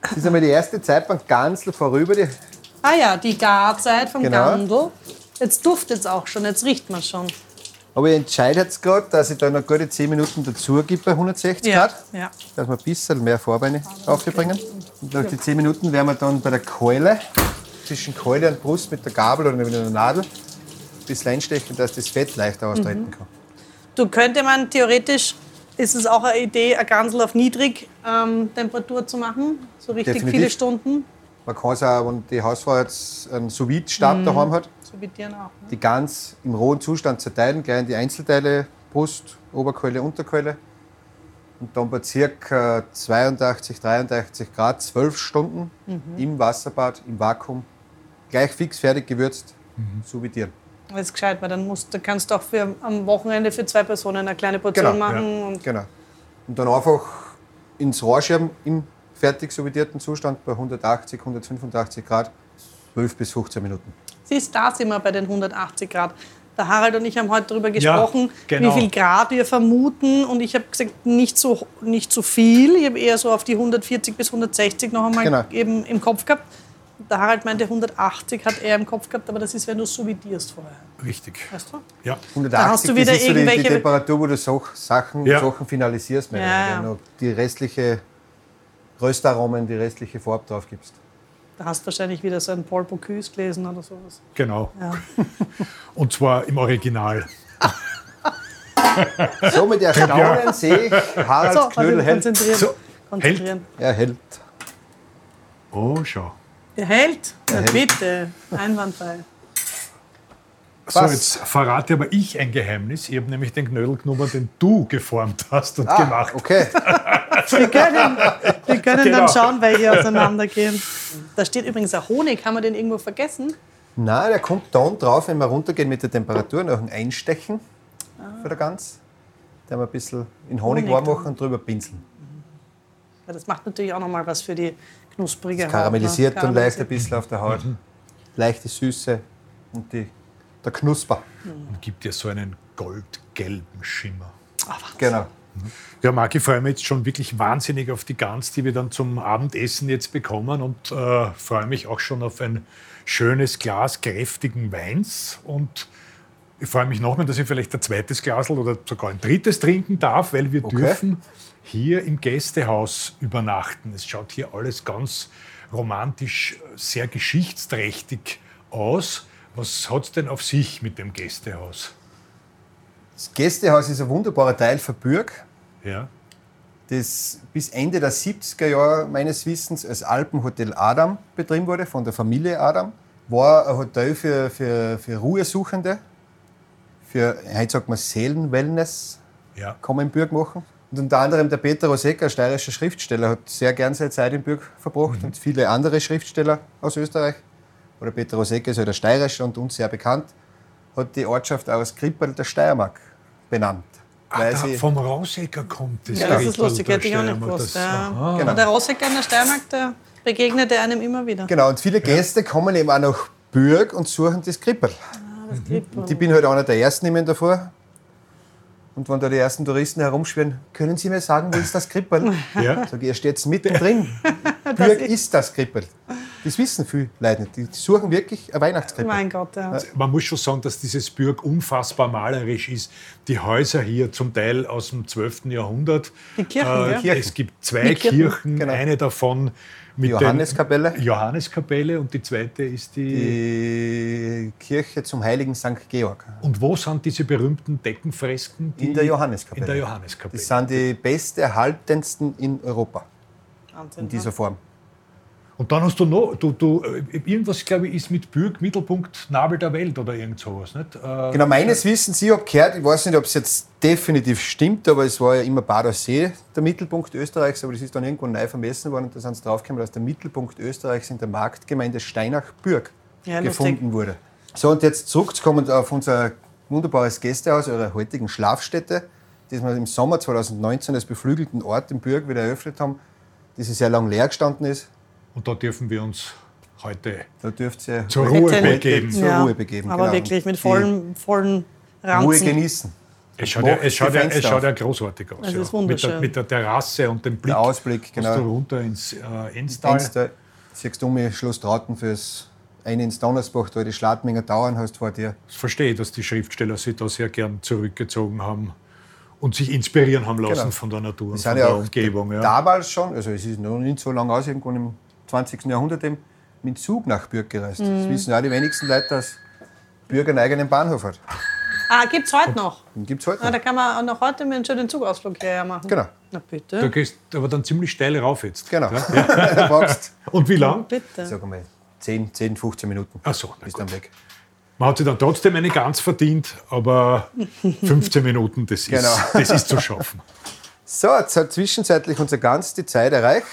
S1: Das ist einmal die erste Zeit beim Gansel vorüber. Die,
S3: Ah ja, die Garzeit vom
S1: Genau.
S3: Gandl. Jetzt duftet es auch schon, jetzt riecht man schon.
S1: aber ich entscheide jetzt gerade, dass ich da noch gute 10 Minuten dazu gebe bei 160
S3: Ja,
S1: Grad.
S3: ja.
S1: Dass wir ein bisschen mehr Vorbeine aufbringen. Und nach den 10 Minuten werden wir dann bei der Keule, zwischen Keule und Brust mit der Gabel oder mit einer Nadel, ein bisschen einstechen, dass das Fett leichter
S3: Mhm.
S1: austreten kann.
S3: Du könnte man theoretisch, ist es auch eine Idee, eine Gansel auf niedrig ähm, Temperatur zu machen, so richtig
S1: Definitiv.
S3: viele Stunden.
S1: Man kann es auch, wenn die Hausfrau jetzt einen
S3: Mhm.
S1: Sous-Vide-Stab daheim hat,
S3: So wie dir auch. Ne?
S1: die Gans im rohen Zustand zerteilen, gleich in die Einzelteile, Brust, Oberkeule, Unterkeule. Und dann bei circa 82, 83 Grad, 12 Stunden
S3: Mhm.
S1: im Wasserbad, im Vakuum, gleich fix fertig gewürzt, sous-vidieren.
S3: Das ist gescheit, weil dann musst, dann kannst du auch für, am Wochenende für zwei Personen eine kleine Portion
S1: Genau,
S3: machen. Und
S1: Genau. Und dann einfach ins Rohr scherben im fertig sous-vidierten Zustand bei 180, 185 Grad, 12 bis 15 Minuten.
S3: siehst, da sind wir bei den 180 Grad. Der Harald und ich haben heute darüber gesprochen,
S2: genau.
S3: wie viel Grad wir vermuten. Und ich habe gesagt, nicht so, nicht so viel. Ich habe eher so auf die 140 bis 160 noch einmal
S1: Genau.
S3: eben im Kopf gehabt. Der Harald meinte, 180 hat er im Kopf gehabt, aber das ist, wenn du sous-vidierst vorher.
S2: Richtig.
S3: Weißt du?
S2: Ja.
S1: 180,
S3: Da hast du wieder
S1: das ist so die, die
S3: irgendwelche-
S1: Temperatur, wo du Sach- Sachen,
S2: Ja.
S1: Sachen finalisierst. Mehr
S3: Ja,
S1: oder
S3: ja.
S1: weniger. Noch Die restliche Röstaromen, die restliche Farbe drauf gibst.
S3: Da hast du wahrscheinlich wieder so einen Paul Bocuse gelesen oder sowas.
S2: Genau. Und zwar im Original.
S1: So mit Erstaunen sehe ich Harald
S3: So,
S1: Knödel
S3: warte,
S1: hält.
S3: konzentrieren.
S2: So,
S3: konzentrieren.
S1: Er hält.
S2: Oh, schau.
S3: Der hält? Na
S1: hält.
S3: bitte, einwandfrei.
S2: So,
S1: Was?
S2: jetzt verrate aber ich ein Geheimnis. Ich habe nämlich den Knödelknubbern, den du geformt hast und
S1: Ah,
S2: gemacht.
S1: okay.
S3: Wir können, wir können
S2: Genau.
S3: dann schauen, welche auseinandergehen. Da steht übrigens auch Honig. Haben wir den irgendwo vergessen?
S1: Na, der kommt dann drauf, wenn wir runtergehen mit der Temperatur, nach dem Einstechen von der Gans. Dann ein bisschen in Honig
S3: Honig
S1: warm
S3: drin.
S1: machen und drüber pinseln.
S3: Weil das macht natürlich auch nochmal was für die knusprige Haut, ne?
S1: Karamellisiert dann leicht ein
S3: Karamellisiert.
S1: bisschen auf der Haut. Leichte Süße und die, der Knusper.
S2: Und gibt dir so einen goldgelben Schimmer.
S1: Genau.
S2: Ja, Marc, ich freue mich jetzt schon wirklich wahnsinnig auf die Gans, die wir dann zum Abendessen jetzt bekommen und äh, freue mich auch schon auf ein schönes Glas kräftigen Weins und ich freue mich noch mehr, dass ich vielleicht ein zweites Glas oder sogar ein drittes trinken darf, weil wir
S1: Okay.
S2: dürfen hier im Gästehaus übernachten. Es schaut hier alles ganz romantisch, sehr geschichtsträchtig aus. Was hat es denn auf sich mit dem Gästehaus?
S1: Das Gästehaus ist ein wunderbarer Teil von Bürg,
S2: Ja,
S1: das bis Ende der 70er Jahre meines Wissens als Alpenhotel Adam betrieben wurde, von der Familie Adam. War ein Hotel für, für, für Ruhesuchende, für, heute sagt man Seelenwellness,
S2: ja.
S1: kann man in Bürg machen. Und unter anderem der Peter Rosecker, ein steirischer Schriftsteller, hat sehr gern seine Zeit in Bürg
S2: Mhm.
S1: verbracht und viele andere Schriftsteller aus Österreich. Oder Peter Rosecker ist halt ein steirischer und uns sehr bekannt, hat die Ortschaft aus Krippel der Steiermark benannt.
S2: Ah,
S1: weil
S2: da
S1: sie-
S2: vom Rausecker kommt das
S3: Ja, das
S2: Gerät,
S3: ist lustig,
S2: also da
S3: hätte ich auch nicht
S2: Steiermark,
S3: gewusst.
S2: das-
S3: Ja.
S2: Aha.
S1: Genau.
S3: Und der Rosecker in der Steiermark, der begegnet er einem immer wieder.
S1: Genau, und viele Gäste kommen eben auch nach Bürg und suchen das Krippel.
S3: Das kriegt man.
S1: Und ich bin halt einer der Ersten immer davor. Und wenn da die ersten Touristen herumschwirren, können Sie mir sagen, wo ist das Krippel?
S2: Ja.
S1: Sag ich, ihr steht mittendrin. Bürg ist das Krippel. Das wissen viele Leute nicht. Die suchen wirklich ein Weihnachtskrippel.
S3: Mein Gott, ja.
S2: Man muss schon sagen, dass dieses Bürg unfassbar malerisch ist. Die Häuser hier zum Teil aus dem 12. Jahrhundert. Äh,
S3: Die Kirchen, ja.
S2: Es gibt zwei
S3: Die Kirchen,
S2: Kirchen,
S1: genau.
S2: eine davon mit den-
S1: Johanneskapelle.
S2: Johanneskapelle und die zweite ist die,
S1: Die Kirche zum heiligen St. Georg
S2: Und wo sind diese berühmten Deckenfresken? die-
S1: in der Johanneskapelle.
S2: In der Johanneskapelle.
S1: Das sind die besterhaltensten in Europa
S3: Wahnsinn,
S1: in
S3: ne?
S1: dieser Form.
S2: Und dann hast du noch, du, du, äh, irgendwas, glaube ich, ist mit Bürg Mittelpunkt Nabel der Welt oder irgend sowas. Nicht? Äh,
S1: Genau, meines Wissens, ich habe gehört, ich weiß nicht, ob es jetzt definitiv stimmt, aber es war ja immer Badersee der Mittelpunkt Österreichs, aber das ist dann irgendwo neu vermessen worden und da sind sie draufgekommen, dass der Mittelpunkt Österreichs in der Marktgemeinde Steinach-Bürg
S3: Ja, lustig.
S1: gefunden wurde. So, und jetzt zurückzukommen auf unser wunderbares Gästehaus, eurer heutigen Schlafstätte, das wir im Sommer 2019 als beflügelten Ort in Bürg wieder eröffnet haben. die sehr lang leer gestanden ist.
S2: Und da dürfen wir uns heute
S1: Da dürft ihr
S2: zur Ruhe
S3: Bitte.
S2: begeben.
S1: zur Ruhe begeben.
S3: Aber
S1: genau.
S3: wirklich mit vollem, vollen
S1: die Ruhe
S3: Ranzen.
S1: genießen.
S2: Es schaut, ja,
S1: Macht die
S2: es, schaut ja, es
S1: Fenster
S2: schaut
S1: auf.
S2: ja großartig aus.
S3: Es
S2: ja.
S3: ist wunderschön.
S2: Mit, der, mit der Terrasse und dem Blick.
S1: Der Ausblick,
S2: aus der
S1: genau.
S2: runter ins äh, Enstal.
S1: Eins da siehst du mich Schloss Trauten fürs eine ins Donnersbach, da die Schladminger Tauern hast vor dir.
S2: Das verstehe ich, dass die Schriftsteller sich da sehr gern zurückgezogen haben und sich inspirieren haben lassen
S1: Genau.
S2: von der Natur und
S1: Das
S2: von
S1: sind ja
S2: der
S1: auch
S2: Umgebung. Ja.
S1: damals schon, also es ist noch nicht so lange aus, irgendwann im 20. Jahrhundert eben, mit dem Zug nach Bürg gereist.
S2: Mhm.
S1: Das wissen ja die wenigsten Leute, dass Bürg einen eigenen Bahnhof hat.
S3: Ah, gibt's heute noch.
S1: Den gibt es heute
S2: Ah,
S3: Na, da
S1: noch.
S3: kann man auch noch heute mit einem schönen Zugausflug hierher machen.
S1: Genau.
S3: Na
S2: Du
S3: bitte.
S2: gehst aber dann ziemlich steil rauf jetzt.
S1: Genau. da brauchst
S2: Und wie lang?
S3: Bitte.
S1: sag mal, 10, 10, 15 Minuten.
S2: Ach so, na
S1: bist
S2: gut.
S1: dann weg.
S2: Man hat sich dann trotzdem eine ganz verdient, aber 15 Minuten, das ist,
S1: Genau.
S2: das ist zu schaffen.
S1: So, jetzt hat zwischenzeitlich unser ganz die Zeit erreicht.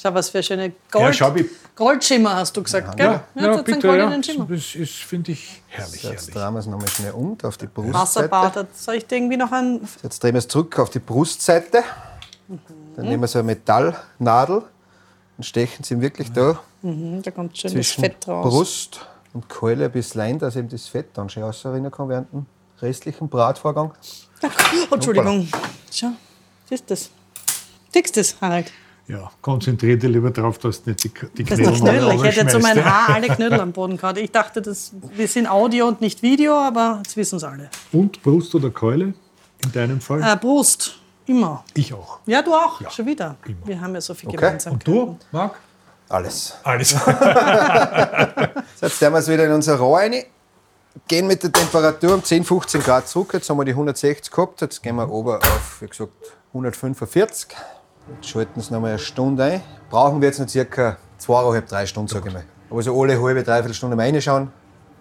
S3: Schau, was für schöne Gold,
S2: schau, wie-
S3: Goldschimmer hast du gesagt, gell?
S2: ja,
S3: das sind
S2: bitte, ja.
S3: goldenen
S2: Das
S3: Schimmer.
S2: ist, finde ich, herrlich.
S1: So, jetzt
S2: herrlich.
S1: drehen wir es nochmal schnell um auf die
S3: Wasserbad,
S1: Brustseite.
S3: hat- soll ich dir irgendwie noch ein.
S1: Jetzt drehen wir es zurück auf die Brustseite. Dann nehmen wir so eine Metallnadel und stechen sie ihm wirklich da
S3: Hm, Da kommt schön das
S1: zwischen
S3: Fett raus.
S1: Brust und Keule ein bisschen rein, dass eben das Fett dann schön rausrennen kann während dem restlichen Bratvorgang.
S3: Oh, Entschuldigung. Schau, siehst du das? Tickst das, Harald?
S2: Ja, konzentrier dich lieber darauf, dass du nicht die, die
S3: Das ist
S2: Knödel
S3: die Knödel. Ich
S2: runterschmeißt,
S3: hätte jetzt um mein
S2: ja.
S3: Haar alle Knödel am Boden gehabt. Ich dachte, das, wir sind Audio und nicht Video, aber jetzt wissen es alle.
S2: Und Brust oder Keule? In deinem Fall?
S3: Äh, Brust, immer.
S2: Ich auch.
S3: Ja, du auch,
S2: Ja,
S3: schon wieder.
S2: immer.
S3: Wir haben ja so viel
S1: Okay.
S2: Und
S3: Gemeinsamkeit.
S2: du, Marc?
S1: Alles.
S2: Alles.
S1: So, jetzt stellen wir es wieder in unser Rohr rein. Gehen mit der Temperatur um 10, 15 Grad zurück. Jetzt haben wir die 160 gehabt. Jetzt gehen wir ober auf, wie gesagt, 145. Jetzt schalten es nochmal eine Stunde ein. Brauchen wir jetzt noch circa zweieinhalb, drei Stunden, sage ich mal. Aber so alle halbe, dreiviertel Stunde mal reinschauen.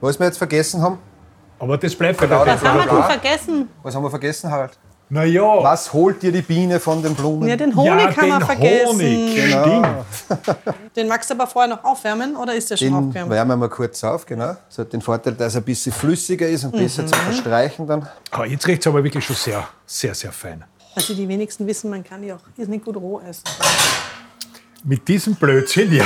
S1: Was wir jetzt vergessen haben,
S2: Aber das bleibt bei
S1: Genau,
S2: der
S3: Was haben wir
S2: Frage.
S3: denn vergessen?
S1: was haben wir vergessen, Harald?
S2: Naja,
S1: Was holt dir die Biene von den Blumen?
S3: Ja, den Honig
S2: ja,
S3: haben wir
S2: den
S3: vergessen.
S2: Honig, stimmt.
S3: Den magst du aber vorher noch aufwärmen oder ist der schon
S1: Den
S3: aufgewärmt?
S1: wärmen wir mal kurz auf, genau. Das hat den Vorteil, dass er ein bisschen flüssiger ist und
S3: Mhm.
S1: besser zu verstreichen dann.
S2: Aber Ah, jetzt riecht es aber wirklich schon sehr, sehr, sehr fein.
S3: Also die wenigsten wissen, man kann die auch irrsinnig gut roh essen.
S2: Mit diesem Blödsinn ja,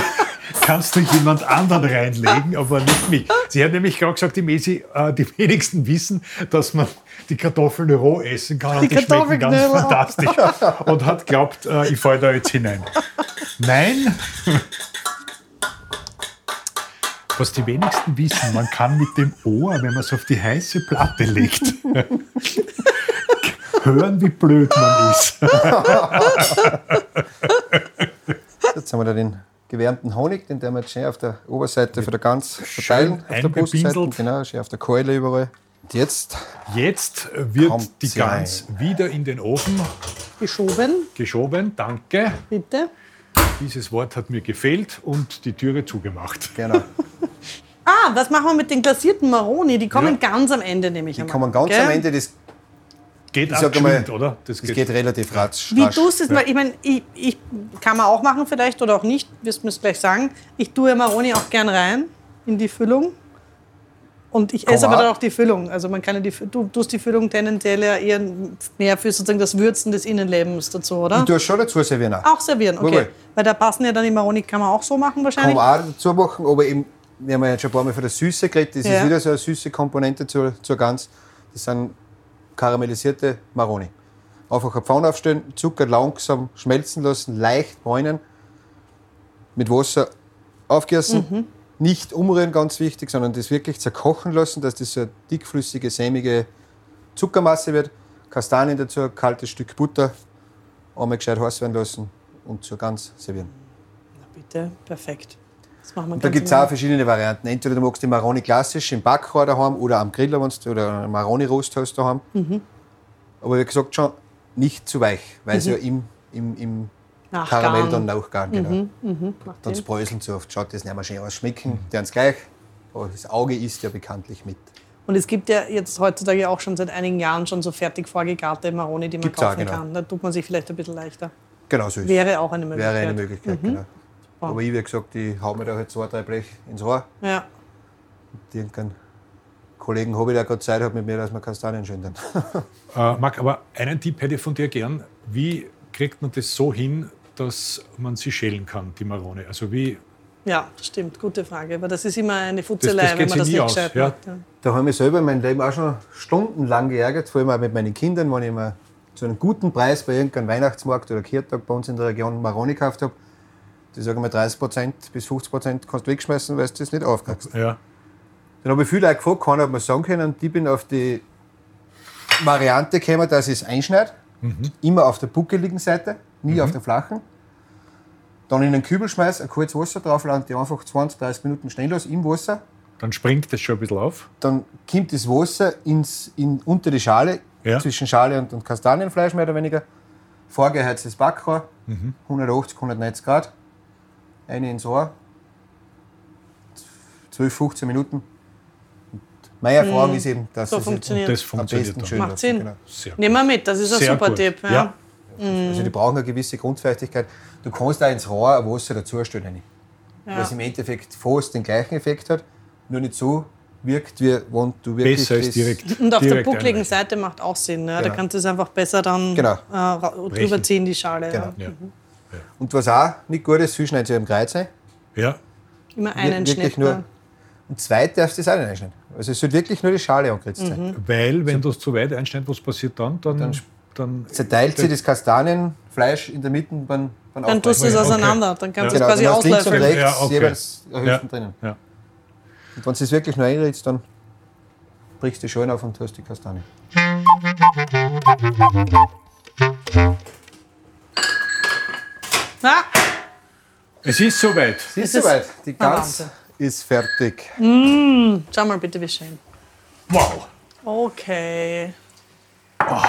S2: kannst du jemand anderen reinlegen, aber nicht mich. Sie hat nämlich gerade gesagt, die, Mesi, äh, die wenigsten wissen, dass man die Kartoffeln roh essen kann und die schmecken ganz
S3: Kartoffelknödel.
S2: fantastisch. Und hat glaubt, äh, ich falle da jetzt hinein. Nein. Was die wenigsten wissen, man kann mit dem Ohr, wenn man es auf die heiße Platte legt, hören, wie blöd man ist.
S1: Jetzt haben wir da den gewärmten Honig, den werden wir jetzt schön auf der Oberseite von der Gans verteilen, auf der
S2: eingepinselt.
S1: Brustseite, genau, schön auf der Keule überall. Und jetzt
S2: Jetzt wird
S1: Kommt
S2: die
S1: sie
S2: Gans wieder in den Ofen
S3: Geschoben,
S2: geschoben. Danke.
S3: bitte.
S2: Dieses Wort hat mir gefehlt und die Türe zugemacht.
S1: genau,
S3: Ah, was machen wir mit den glasierten Maroni? Die kommen ganz am Ende, nämlich
S1: die kommen ganz am Ende, das,
S2: Geht
S1: Ich
S2: auch
S1: sag
S2: geschwind,
S1: mal,
S2: oder? Das
S1: das geht relativ ratsch.
S3: Wie
S1: rasch.
S3: du es jetzt mal, ich meine, ich, ich kann man auch machen vielleicht oder auch nicht, wirst mir es gleich sagen. Ich tue ja Maroni auch gern rein in die Füllung. Und ich esse
S1: Komma.
S3: aber dann auch die Füllung. Also man kann ja die, Fü- du tust die Füllung tendenziell ja eher mehr für sozusagen das Würzen des Innenlebens dazu, oder?
S1: Ich tue es schon dazu servieren auch.
S3: Auch servieren, okay.
S1: Jawohl.
S3: Weil da passen ja dann die Maroni, kann man auch so machen wahrscheinlich.
S1: Kann man auch dazu machen, aber eben, wir haben ja jetzt schon ein paar Mal von der Süße geredet, das
S3: Ja.
S1: ist wieder so eine süße Komponente zur, zur Gans. Das sind karamellisierte Maroni. Einfach eine Pfanne aufstellen, Zucker langsam schmelzen lassen, leicht bräunen, mit Wasser aufgießen,
S3: Mhm.
S1: nicht umrühren, ganz wichtig, sondern das wirklich zerkochen lassen, dass das so eine dickflüssige, sämige Zuckermasse wird. Kastanien dazu, ein kaltes Stück Butter, einmal gescheit heiß werden lassen und zur Gans servieren.
S3: Bitte, perfekt. Das machen wir
S1: Und da
S3: ganz
S1: gibt es
S3: am
S1: auch
S3: Ende.
S1: verschiedene Varianten. Entweder du magst die Maroni klassisch im Backrohr daheim oder am Griller, wenn du oder einen Maroni-Rost hast daheim. Aber wie gesagt, schon nicht zu weich, weil sie ja im, im, im
S3: Nachgaren.
S1: Karamell dann nachgaren. Genau.
S3: Macht
S1: Dann
S3: Sinn.
S1: bröseln zu oft. Schaut das nicht mehr schön aus. Schmecken, deren gleich. Aber das Auge isst ja bekanntlich mit.
S3: Und es gibt ja jetzt heutzutage auch schon seit einigen Jahren schon so fertig vorgegarte Maroni, die man
S1: Gibt's auch,
S3: kaufen
S1: genau.
S3: kann. Da tut man sich vielleicht ein bisschen leichter.
S1: Genau so ist es.
S3: Wäre auch eine Möglichkeit.
S1: Wäre eine Möglichkeit, genau. Aber ich, wie gesagt, ich hau mir da halt zwei, drei Blech ins Rohr.
S3: Ja.
S1: Und Irgendeinen Kollegen habe ich, der gerade Zeit hat mit mir, dass wir Kastanien schindern.
S2: Äh, Marc, aber einen Tipp hätte ich von dir gern. Wie kriegt man das so hin, dass man sie schälen kann, die Marone? Also wie,
S3: Ja, stimmt, gute Frage. Aber das ist immer eine
S2: das,
S3: Futzelei,
S2: das
S3: wenn
S2: geht sich
S3: man das
S2: nie
S3: nicht
S2: aus.
S3: gescheit
S2: Ja.
S3: macht. Ja.
S1: Da habe ich mich selber in meinem Leben auch schon stundenlang geärgert, vor allem auch mit meinen Kindern, wenn ich mir zu einem guten Preis bei irgendeinem Weihnachtsmarkt oder Kirtag bei uns in der Region Maroni gekauft habe. Die sagen mir 30% bis 50% kannst du wegschmeißen, weil du das nicht aufkriegst.
S2: Ja.
S1: Dann habe ich viele Leute gefragt, keiner hat mir sagen können. Und ich bin auf die Variante gekommen, dass ich es einschneide. Immer auf der buckeligen Seite, nie auf der flachen. Dann in den Kübel schmeiß, ein kurzes Wasser drauf, lande die einfach 20, 30 Minuten stehen im Wasser.
S2: Dann springt das schon ein bisschen auf.
S1: Dann kommt das Wasser ins, in, unter die Schale,
S2: Ja.
S1: zwischen Schale und, und Kastanienfleisch mehr oder weniger. Vorgeheiztes Backrohr,
S2: Mhm.
S1: 180, 190 Grad. Eine ins Rohr. 12, 15 Minuten. Und Meine Erfahrung ist eben, dass
S3: So
S1: es am
S3: funktioniert.
S2: Das funktioniert
S1: besten
S2: dann.
S1: schön
S3: Macht
S1: läuft,
S3: Sinn.
S1: genau.
S2: Sehr gut.
S3: Nehmen wir mit, das ist ein
S2: Sehr
S3: super
S2: gut.
S3: Tipp. Ja.
S2: Ja.
S1: Also die brauchen eine gewisse Grundfertigkeit. Du kannst auch ins Rohr ein Wasser dazustellen, rein, was im Endeffekt fast den gleichen Effekt hat, nur nicht so wirkt, wie wenn du wirklich
S2: Besser ist
S1: das-
S2: direkt.
S3: Und auf
S2: direkt
S3: der buckligen
S2: einreichen.
S3: Seite macht auch Sinn. Ne? Da
S1: Genau.
S3: kannst du es einfach besser dann
S1: Genau.
S3: äh, ra- drüber ziehen, die Schale.
S1: Genau.
S3: Ja.
S2: Ja.
S1: Und was auch nicht gut ist, zwischen einem Kreuz ein.
S2: ja,
S3: Immer einen
S1: Wir-
S3: Schnitt.
S1: wirklich nur.
S3: ne?
S1: Und zwei darfst du das auch nicht einschneiden. Also es sollte wirklich nur die Schale angekritzt
S3: Mhm.
S1: sein.
S2: weil wenn du es zu weit einschneidest, was passiert dann? Dann, dann,
S1: Zerteilt sich das Kastanienfleisch in der Mitte beim, beim
S3: Dann tust du es
S2: Okay.
S3: auseinander, dann kannst du
S1: Genau,
S3: es quasi
S1: dann hast du links und
S3: ausläufeln.
S1: rechts
S2: Ja, okay.
S1: jeweils eine
S2: ja.
S1: Hüften drinnen.
S2: Ja.
S1: Und wenn du es wirklich nur einrätst, dann brichst du schön auf und tust die Kastanien.
S3: Na,
S2: Es ist soweit.
S1: Ist
S3: ist-
S1: soweit. Die
S3: Na,
S1: Gans
S3: Wahnsinn.
S1: ist fertig.
S3: schau mal bitte, wie schön.
S2: Wow.
S3: Okay.
S1: Oh.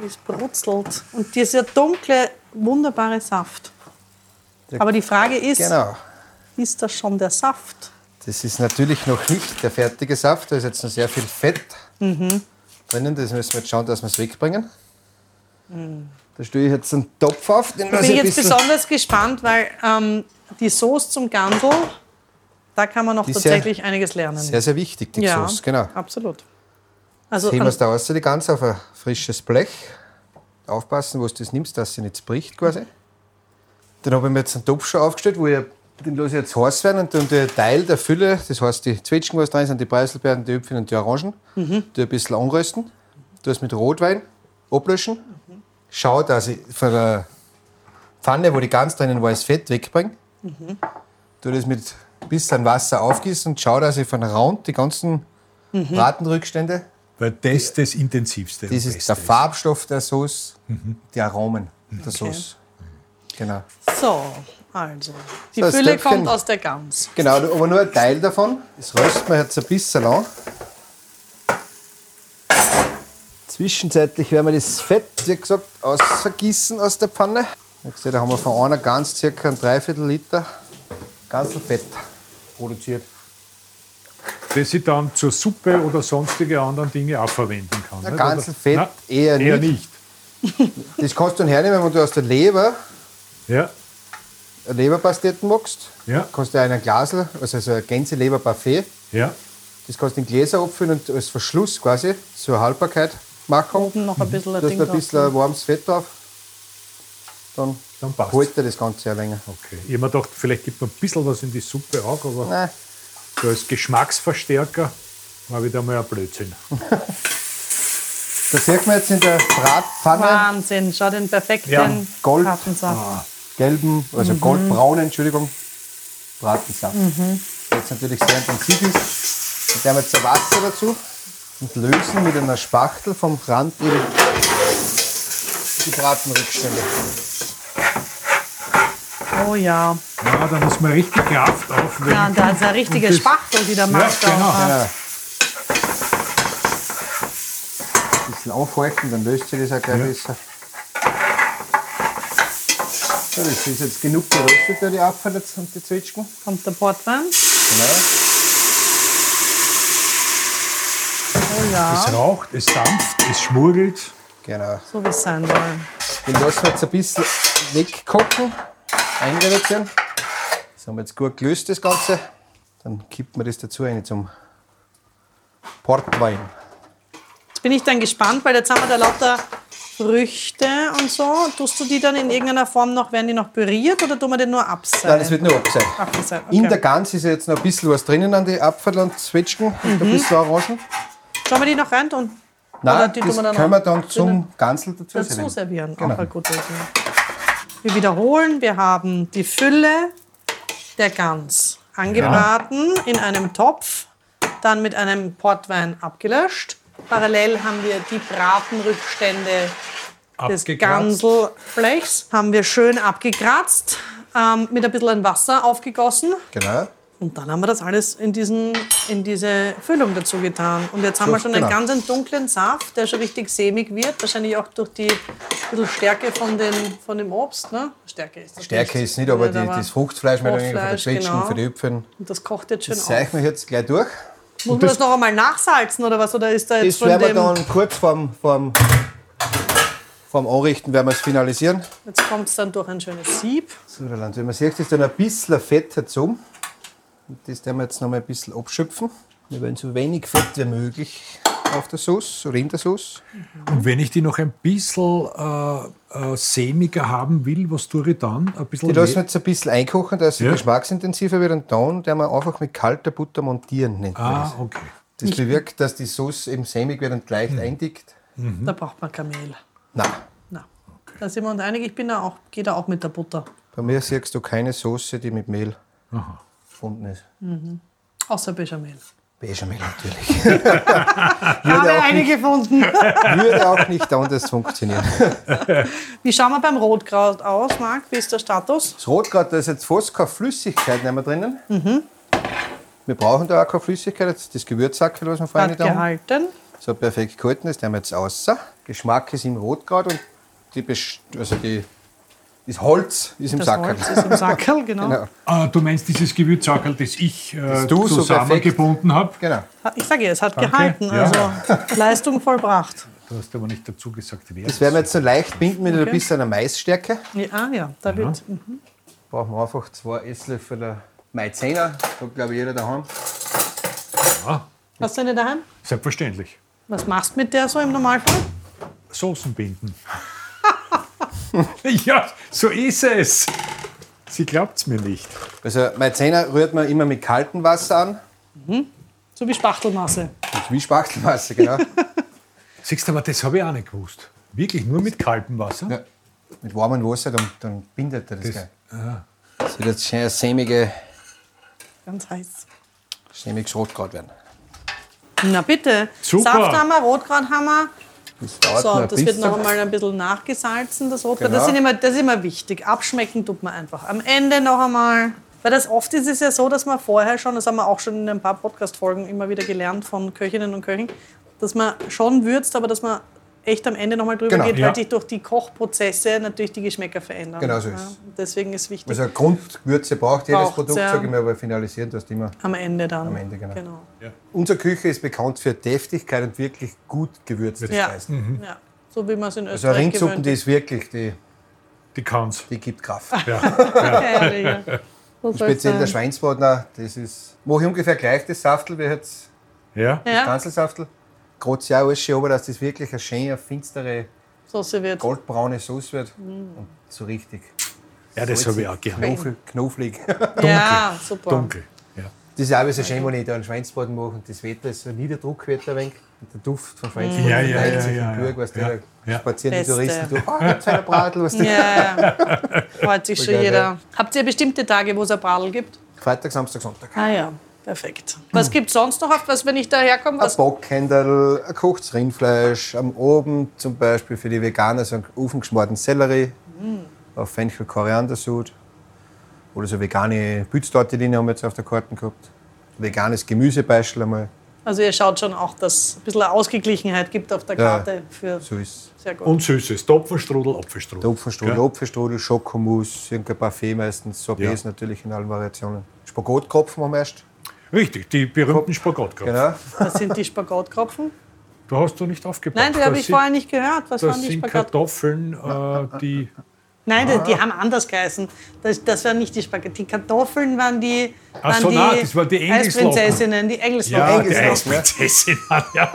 S3: Wie es brutzelt. Und dieser dunkle, wunderbare Saft. Aber die Frage ist,
S1: Genau.
S3: ist das schon der Saft?
S1: Das ist natürlich noch nicht der fertige Saft. Da ist jetzt noch sehr viel Fett
S3: Mhm.
S1: drinnen. Das müssen wir jetzt schauen, dass wir es wegbringen. Da stelle ich jetzt einen Topf auf. Den
S3: Mhm. Bin ich jetzt besonders gespannt, weil ähm, die Soße zum Gansel, da kann man noch
S1: Die ist
S3: tatsächlich einiges lernen.
S1: sehr, sehr wichtig, die
S3: ja,
S1: Sauce. Genau.
S3: absolut. Also
S1: Heben wir es
S3: an,
S1: da raus, die Gans auf ein frisches Blech. Aufpassen, wo du das nimmst, dass sie nicht zerbricht quasi. Dann habe ich mir jetzt einen Topf schon aufgestellt, wo ich, den lasse ich jetzt heiß werden und dann tue ich einen Teil der Fülle, das heißt die Zwetschgen, was drin sind, die Preiselbeeren, die Äpfel und die Orangen, tue ein bisschen anrösten, tue es mit Rotwein ablöschen, schaue, dass ich von der Pfanne, wo die Gans drinnen war, das Fett wegbringe, tue das mit ein bisschen Wasser aufgießen und schaue, dass ich von Rand die ganzen Bratenrückstände
S2: Weil das das Intensivste. und
S1: das ist
S2: Beste
S1: der Farbstoff der Sauce, die Aromen der Sauce. Genau.
S3: so, also. Die
S1: So, das
S3: Fülle
S1: Töpfchen.
S3: kommt aus der Gans.
S1: Genau, aber nur ein Teil davon. Das rösten wir jetzt ein bisschen an. Zwischenzeitlich werden wir das Fett, wie gesagt, ausvergießen aus der Pfanne. Wie gesagt, Da haben wir von einer ganz circa ein Dreiviertel Liter ganzen Fett produziert.
S2: das ich dann zur Suppe oder sonstige anderen Dinge auch verwenden kann. nicht?
S1: ganzen
S2: Oder-
S1: Fett
S2: Nein,
S1: eher
S2: eher
S1: nicht.
S2: nicht.
S1: Das kannst du dann hernehmen, wenn du aus der Leber äh,
S2: Ja,
S1: Leberpasteten magst.
S2: Ja.
S1: Kannst du einen Glasel, also so ein Gänseleberparfait.
S2: ja.
S1: Das kannst du in Gläser abfüllen und als Verschluss quasi zur Haltbarkeit machen.
S3: Oben noch ein bisschen ein
S1: Da ist
S3: Ding
S1: ein bisschen
S3: drauf.
S1: ein warmes Fett drauf. Dann,
S2: Dann passt.
S1: hält er das Ganze ja länger.
S2: Okay. Ich habe mir gedacht, vielleicht gibt man ein bisschen was in die Suppe auch, aber
S1: Nein,
S2: so als Geschmacksverstärker war wieder mal ein Blödsinn.
S1: da sieht man jetzt in der Bratpfanne
S3: Ah. Wahnsinn, schau den perfekten
S2: Ja,
S1: Gold.
S3: Kartensaft.
S1: gelben, also goldbraunen, Entschuldigung, Bratensaft. Der jetzt natürlich sehr intensiv ist. Dann werden wir jetzt ein Wasser dazu und lösen mit einer Spachtel vom Rand eben die Bratenrückstände. Ah.
S3: Oh ja.
S2: Ja, da muss man richtig Kraft aufwenden.
S3: ja, da ist eine richtige
S2: das-
S3: Spachtel, die der Markt äh,
S2: genau.
S3: auch hat.
S1: Ja. Ein bisschen aufhorchen, dann löst sich das auch gleich
S2: Ja.
S1: besser. So, das ist jetzt genug geröstet, ja, die Apfel jetzt und die Zwetschgen.
S3: Kommt der Portwein.
S1: Genau.
S3: Oh ja,
S2: Es raucht, es dampft, es schmurgelt.
S1: genau.
S3: so wie es sein soll.
S1: Den lassen wir jetzt ein bisschen wegkochen, einreduzieren. Das haben wir jetzt gut gelöst, das Ganze. Dann kippt man das dazu rein zum Portwein.
S3: Jetzt bin ich dann gespannt, weil jetzt haben wir da lauter Früchte und so, tust du die dann in irgendeiner Form noch, werden die noch püriert oder tun wir den nur abseilen?
S1: Nein, das wird nur abgeseit.
S3: abgeseilt.
S1: In der
S3: Ah, Okay.
S1: Gans ist jetzt noch ein bisschen was drinnen an die Apfel und Zwetschgen und ein bisschen Orangen.
S3: Schauen wir Mhm. die noch rein und oder
S1: Nein,
S3: die
S1: das
S3: tun wir dann
S1: können wir
S3: auch
S1: dann zum Ganzel dazu,
S3: dazu
S1: servieren.
S3: servieren.
S1: Genau.
S3: Auch eine gute Idee. Wir wiederholen, wir haben die Fülle der Gans angebraten in einem Topf, dann mit einem Portwein abgelöscht. Parallel haben wir die Bratenrückstände des
S2: Abgekratzt.
S3: Ganselflechs haben wir schön abgekratzt, ähm, mit ein bisschen Wasser aufgegossen.
S1: Genau.
S3: Und dann haben wir das alles in, diesen, in diese Füllung dazu getan. Und jetzt haben
S1: So,
S3: wir schon einen
S1: genau.
S3: ganz einen dunklen Saft, der schon richtig sämig wird. Wahrscheinlich auch durch die bisschen Stärke von, den, von dem Obst. Ne? Stärke ist das
S1: Stärke
S3: nicht.
S1: ist nicht, aber
S3: Nicht,
S1: die, das Fruchtfleisch, mehr oder weniger von der
S3: Fruchtfleisch,
S1: Zwetschgen,
S3: genau.
S1: für die Äpfel,
S3: Und das kocht jetzt schön
S1: das
S3: auf.
S1: zeichnen wir jetzt gleich durch.
S3: Muss man das noch einmal nachsalzen oder was? Oder ist da jetzt
S1: Das
S3: von
S1: werden wir
S3: dem...
S1: dann kurz vorm, vorm, vorm Anrichten werden wir es finalisieren.
S3: Jetzt kommt es dann durch ein schönes Sieb.
S1: So, Roland, wie man sieht, ist dann ein bisschen Fett dazu. Und das werden wir jetzt noch mal ein bisschen abschöpfen. Wir wollen so wenig Fett wie möglich auf der Sauce, Rindersauce.
S2: Und wenn ich die noch ein bisschen äh, äh, sämiger haben will, was tue ich dann? Ein bisschen
S1: Die lassen wir
S2: mehr-
S1: jetzt ein bisschen einkochen, dass sie
S2: Ja.
S1: geschmacksintensiver wird. Und dann werden wir einfach mit kalter Butter montieren, nennt man
S2: Ah,
S1: das.
S2: okay.
S1: Das bewirkt, dass die Sauce eben sämig wird und
S2: Hm.
S1: leicht eindickt.
S3: Da braucht man kein Mehl.
S1: Nein,
S3: Na, da sind wir uns einig. Ich bin da auch, gehe da auch mit der Butter.
S1: bei mir siehst du keine Sauce, die mit Mehl gefunden ist.
S3: Außer Bechamel.
S1: Bechamel natürlich.
S3: Ich habe eine gefunden.
S1: Würde auch nicht anders funktionieren.
S3: Wie schauen wir beim Rotkraut aus, Marc? Wie ist der Status?
S1: Das Rotkraut, da ist jetzt fast keine Flüssigkeit nicht mehr drinnen.
S3: Mhm.
S1: Wir brauchen da auch keine Flüssigkeit. Jetzt das Gewürzsackel, was wir vorhin
S3: Hat
S1: nicht haben.
S3: gehalten.
S1: So perfekt gehalten ist, nehmen wir jetzt raus. Geschmack ist im Rotkraut und die, Best- also die, das Holz ist im
S3: Das
S1: Sackerl.
S3: Holz ist im Sackerl, genau.
S1: Genau.
S2: Ah, du meinst dieses Gewürzsackerl, das ich äh,
S1: du so
S2: zusammengebunden habe?
S1: genau.
S3: Ich sage ja, es hat
S2: Danke.
S3: gehalten.
S2: Ja.
S3: Also Leistung vollbracht.
S2: Du hast aber nicht dazu gesagt, wer
S1: Das werden wir jetzt so leicht binden mit ein bisschen einer Maisstärke.
S3: Ja, ah, ja, da wird. mhm.
S1: Brauchen wir einfach zwei Esslöffel der Maizena. Hat, glaube ich, jeder daheim.
S2: Ah,
S3: Hast du eine daheim?
S2: selbstverständlich.
S3: Was machst du mit der so im Normalfall?
S2: Soßen binden. ja, so ist es. Sie glaubt's mir nicht.
S1: Also Maizena rührt man immer mit kaltem Wasser an.
S3: So wie Spachtelmasse.
S1: Das ist Wie Spachtelwasser, genau.
S2: Siehst du, aber das habe ich auch nicht gewusst. Wirklich nur mit kaltem Wasser?
S1: Ja. Mit warmem Wasser, dann, dann bindet er das,
S2: Das-
S1: gleich. Das wird jetzt schön ein sämige,
S3: Ganz heiß.
S1: sämiges Rotkraut werden.
S3: Na bitte.
S2: Super.
S3: Safthammer, Rotkrauthammer.
S1: Das dauert noch
S3: So,
S1: ein
S3: das wird
S1: bisschen.
S3: noch einmal ein bisschen nachgesalzen, das Rotkraut.
S1: Genau.
S3: Das, sind immer, das ist immer wichtig. Abschmecken tut man einfach. Am Ende noch einmal. Weil das oft ist es ja so, dass man vorher schon, das haben wir auch schon in ein paar Podcast-Folgen immer wieder gelernt von Köchinnen und Köchen, dass man schon würzt, aber dass man echt am Ende nochmal drüber
S1: Genau.
S3: geht,
S2: Ja.
S3: weil sich durch die Kochprozesse natürlich die Geschmäcker verändern.
S1: Genau so ist
S3: Ja,
S1: es.
S3: deswegen ist wichtig
S1: Also Grundgewürze braucht jedes
S3: Braucht's,
S1: Produkt,
S3: ja.
S1: sage ich mir, aber finalisieren das immer.
S3: am Ende dann.
S1: Am Ende, genau.
S3: genau.
S1: Unsere Küche ist bekannt für Deftigkeit und wirklich gut gewürztes
S3: Ja.
S1: Eis.
S3: Ja. So wie man es in
S1: Mhm. Also eine
S3: Österreich
S1: Rindsuppe,
S3: gewöhnt
S1: die ist wirklich, die,
S2: Die kann's.
S1: die gibt Kraft.
S3: Herrlich, ja. So soll's
S1: Speziell der
S3: sein.
S1: Schweinsbadner, das ist, mache ich ungefähr gleich das Saftel wie jetzt
S2: Ja?
S1: das
S3: Ja,
S1: Kanzelsaftel. Gerade ja alles schön, aber dass das wirklich eine schöne, finstere,
S3: so serviert.
S1: goldbraune Sauce wird.
S3: Mhm.
S1: Und so richtig
S2: Ja, das habe ich auch gerne.
S1: knofel, knufflig.
S3: Ja, super.
S2: Dunkel. Ja.
S1: Das ist auch immer so schön, wenn ich da einen Schweinsbraten mache und das Wetter ist so Niederdruckwetter ein wenig. Und der Duft von Schweinsbraten
S2: Ja, ja,
S1: verteilt
S2: ja,
S1: sich
S2: ja,
S1: im Burg,
S2: ja.
S1: weißt du,
S2: Ja,
S1: da
S2: ja.
S1: spazieren die
S3: Beste.
S1: Touristen durch. Oh, gibt's einen Bratl, weißt du.
S3: Ja, ja. freut sich schon
S1: geil,
S3: jeder.
S1: ja.
S3: Habt ihr bestimmte Tage, wo es ein Bradl gibt?
S1: Freitag, Samstag, Sonntag.
S3: Ah ja, perfekt. Was gibt es sonst noch, auf was, wenn ich daherkomme?
S1: Ein
S3: Was?
S1: Bockhänderl, ein kochtes Rindfleisch, am Abend zum Beispiel für die Veganer so einen ofengeschmorten Sellerie, auf Fenchel Koriandersud oder so vegane Pütztorte, die haben wir jetzt auf der Karte gehabt. Veganes Gemüsebeispiel einmal,
S3: Also ihr schaut schon auch, dass es ein bisschen eine Ausgeglichenheit gibt auf der
S1: Ja.
S3: Karte. Für
S1: so ist
S3: sehr gut.
S2: Äh, Und süßes. Topfenstrudel, Apfelstrudel.
S1: Der Opfenstrudel,
S2: Ja.
S1: Opfenstrudel, Schokomus, irgendein Parfait meistens, Sorbets
S2: Ja.
S1: natürlich in allen Variationen. Spagotkropfen haben wir erst.
S2: Richtig, die berühmten Spagatkopf.
S1: Genau.
S3: Was sind die Spagatkropfen?
S2: Du hast du nicht aufgepasst.
S3: Nein, die
S2: Das
S3: habe ich
S2: sind-
S3: vorher nicht gehört. Was
S2: Das
S3: waren die
S2: sind
S3: Spagatkropfen?
S2: Kartoffeln, Ah. äh, die.
S3: Nein, die, die haben anders geheißen. Das, das waren nicht die Spaghetti. Die Kartoffeln waren die,
S2: Ach
S3: waren
S2: so, nein, das waren die Engelslocken.
S3: Eisprinzessinnen, die Engelslocken.
S2: Ja, die
S1: Engelslauf, ne?
S2: Eisprinzessin. Ja.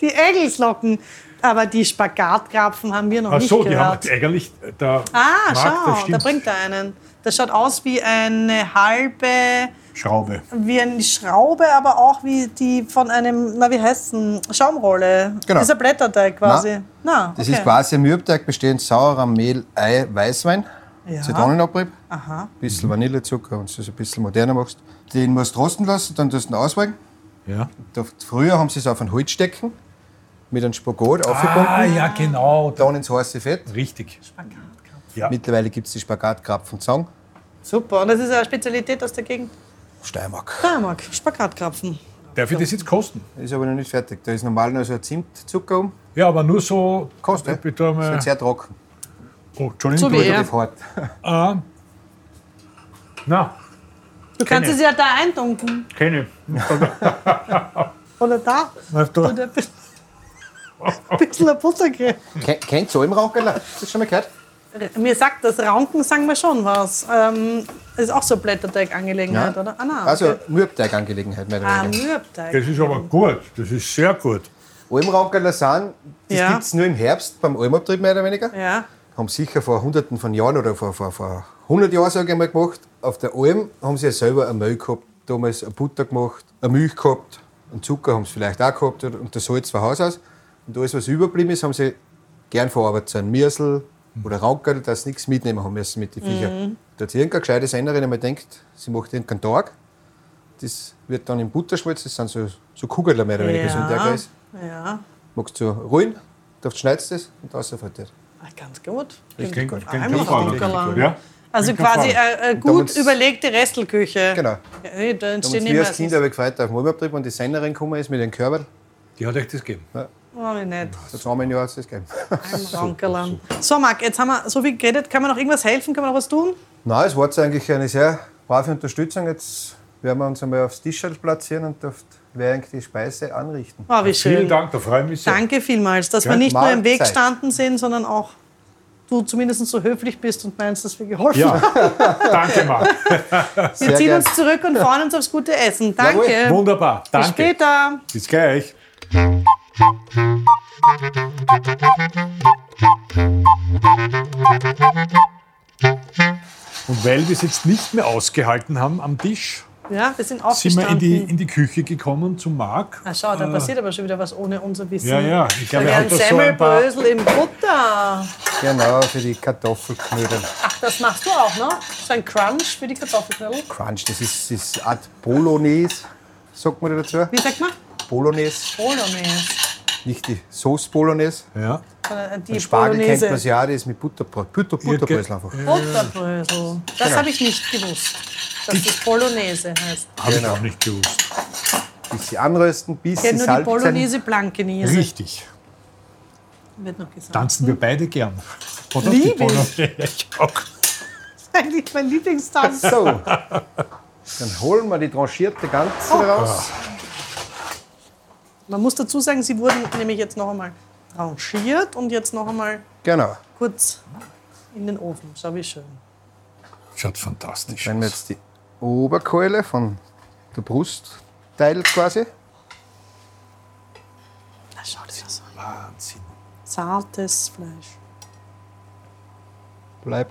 S3: Die Engelslocken. Aber die Spagatkrapfen haben wir noch
S2: Ach
S3: nicht
S2: so, die haben
S3: gehört.
S2: eigentlich äh, da.
S3: ah,
S2: das
S3: schau, da
S2: stimmt.
S3: bringt er einen. Das schaut aus wie eine halbe,
S2: Schraube.
S3: wie eine Schraube, aber auch wie die von einem, na wie heißt denn, Schaumrolle.
S1: Genau.
S3: Dieser Blätterteig quasi. Na,
S1: Das
S3: okay.
S1: ist quasi ein Mürbteig, bestehend saurer Mehl, Ei, Weißwein,
S3: Ja.
S1: Zitronenabrieb,
S3: Aha.
S1: ein bisschen Vanillezucker, wenn du es ein bisschen moderner machst. Den musst du rosten lassen, dann tust du ihn auswägen.
S2: Ja.
S1: Da, früher haben sie es auf ein Holz stecken, mit einem Spagat aufgebunden,
S2: Ah, ja, genau. Da.
S1: dann ins heiße Fett.
S2: Richtig.
S3: Spagatkrapfen.
S2: Ja.
S1: Mittlerweile gibt es die Spagatkrapfenzange.
S3: Super, und das ist eine Spezialität aus der Gegend.
S1: Steiermark.
S3: Steiermark, Spagatkrapfen.
S2: Darf ich das jetzt kosten?
S1: Ist aber noch nicht fertig. Da ist normal noch so ein Zimtzucker um.
S2: Ja, aber nur so. Äh,
S1: Kostet.
S2: Bitte
S1: Ist
S2: mal.
S1: jetzt sehr trocken.
S2: Oh,
S3: So
S2: Entschuldigung.
S3: wie er.
S1: Relativ hart.
S2: Ah. Na,
S3: Du kannst
S2: Kenne.
S3: es ja da eintunken.
S2: kenne ich.
S3: Oder da.
S2: Läuft da.
S3: Oder ein bisschen- ein bisschen ein Buttercreme.
S1: Ke- Kennt ihr Almraucherler? Hast du das schon mal gehört?
S3: Mir sagt das Ranken, sagen wir schon was. Ähm, ist auch so Blätterteig-Angelegenheit,
S1: Ja.
S3: oder? Ah, nein.
S1: Also Mürbteigangelegenheit, mehr oder
S3: Ah,
S1: weniger.
S3: Mürbteig.
S2: Das ist aber gut. Das ist sehr gut.
S1: Almraucherler sind, das
S3: Ja.
S1: gibt es nur im Herbst beim Almabtrieb, mehr oder weniger.
S3: Ja.
S1: Haben sicher vor Hunderten von Jahren oder vor, vor, vor 100 Jahren, sage ich mal, gemacht. Auf der Alm haben sie ja selber ein Mehl gehabt, damals eine Butter gemacht, eine Milch gehabt, einen Zucker haben sie vielleicht auch gehabt oder- und das Salz von Haus aus. Und alles, was überblieben ist, haben sie gern verarbeitet. So ein Mirsel oder Rankerl, dass sie nichts mitnehmen haben müssen mit den
S3: Mhm.
S1: Viechern. Da hat sich irgendeine gescheite Senderin einmal denkt, sie macht irgendeinen Tag. Das wird dann in Butterschmalz, das sind so, so Kugeln mehr oder weniger, so in der
S3: Ja.
S1: Kreis.
S3: ja.
S1: Magst du rollen, dann schneidest du das und ausverteilt.
S3: Ah, Ganz gut. Ah,
S2: Das klingt gut.
S3: Einmal Rankerl.
S2: Ja?
S3: Also
S2: Klingt
S3: quasi
S2: hervorragend.
S3: eine, eine
S1: Damals-
S3: gut überlegte Restelküche.
S1: Genau.
S3: Ja, da
S1: Da haben
S3: entstehen
S1: uns wir
S3: immer
S1: als Kinder aber gefreut auf dem Urlaubtrip und die Senderin gekommen ist mit den Körpern.
S2: Die hat euch das gegeben.
S3: Mach ich nicht.
S1: So zweimal im Jahr hat es das gegeben.
S3: Oh, Ein Rankerl. So, Marc, jetzt haben wir so viel geredet. Kann man noch irgendwas helfen? Kann man noch was tun?
S1: Nein, es war jetzt eigentlich eine sehr brave Unterstützung. Jetzt werden wir uns einmal aufs Tischel platzieren und dürft wer eigentlich die Speise anrichten.
S3: Ah, wie schön.
S2: Vielen Dank, da freue ich mich sehr.
S3: Danke vielmals, dass wir
S1: Ja,
S3: nicht nur im Weg
S1: Mahlzeit.
S3: standen sind, sondern auch du zumindest so höflich bist und meinst, dass wir geholfen
S2: Ja,
S3: haben.
S2: danke, Marc.
S3: Wir ziehen
S1: gern.
S3: uns zurück und freuen uns aufs gute Essen. Danke.
S2: Wunderbar.
S3: Bis
S2: Danke.
S3: später.
S2: Bis gleich. Und weil wir es jetzt nicht mehr ausgehalten haben am Tisch,
S3: Ja, wir sind
S2: sind wir in
S3: aufgestanden.
S2: die, in die Küche gekommen zu Marc.
S3: Ah, schau, da passiert aber schon wieder was ohne unser Wissen.
S2: Ja, Hm. ja, ich
S3: Da
S2: glaube, er
S3: werden
S2: hat das so ein paar.
S3: Semmelbrösel in Butter.
S1: Genau, für die Kartoffelknödel.
S3: Ach, das machst du auch noch? So ein Crunch für die Kartoffelknödel.
S1: Crunch, das ist, das ist Art Bolognese, sagt man da dazu.
S3: Wie sagt man?
S1: Bolognese,
S3: Bolognese.
S1: nicht die Sauce Bolognese.
S2: Ja,
S3: Äh, Die
S1: Den Spargel kennt man
S3: Bolognese.
S1: ja, auch, das ist mit Butterbrot, Butter, Butterbrösel einfach.
S3: Butterbrösel. Das habe ich nicht gewusst, dass das Bolognese heißt.
S2: habe ich
S1: Genau.
S2: auch nicht gewusst.
S1: Bisschen anrösten,
S3: Ich
S1: bisschen
S3: kenne nur die
S1: salzen.
S3: Bolognese
S2: Also
S3: Blankenese.
S2: Richtig.
S3: Wird noch gesagt.
S2: Tanzen wir beide gern. Oder?
S3: Liebe ich.
S2: Die Bolognese. Ich auch.
S3: Das ist eigentlich mein Lieblingstanz.
S1: So, dann holen wir die tranchierte Ganze raus.
S3: Ah. Man muss dazu sagen, sie wurden nämlich jetzt noch einmal tranchiert und jetzt noch einmal
S1: Genau.
S3: kurz in den Ofen. Schau, wie schön.
S2: Schaut fantastisch
S1: Wenn wir
S2: aus.
S1: jetzt die Oberkeule von der Brust teilt quasi,
S3: Na, schau dir das an.
S2: Wahnsinn.
S3: Zartes Fleisch.
S1: bleib.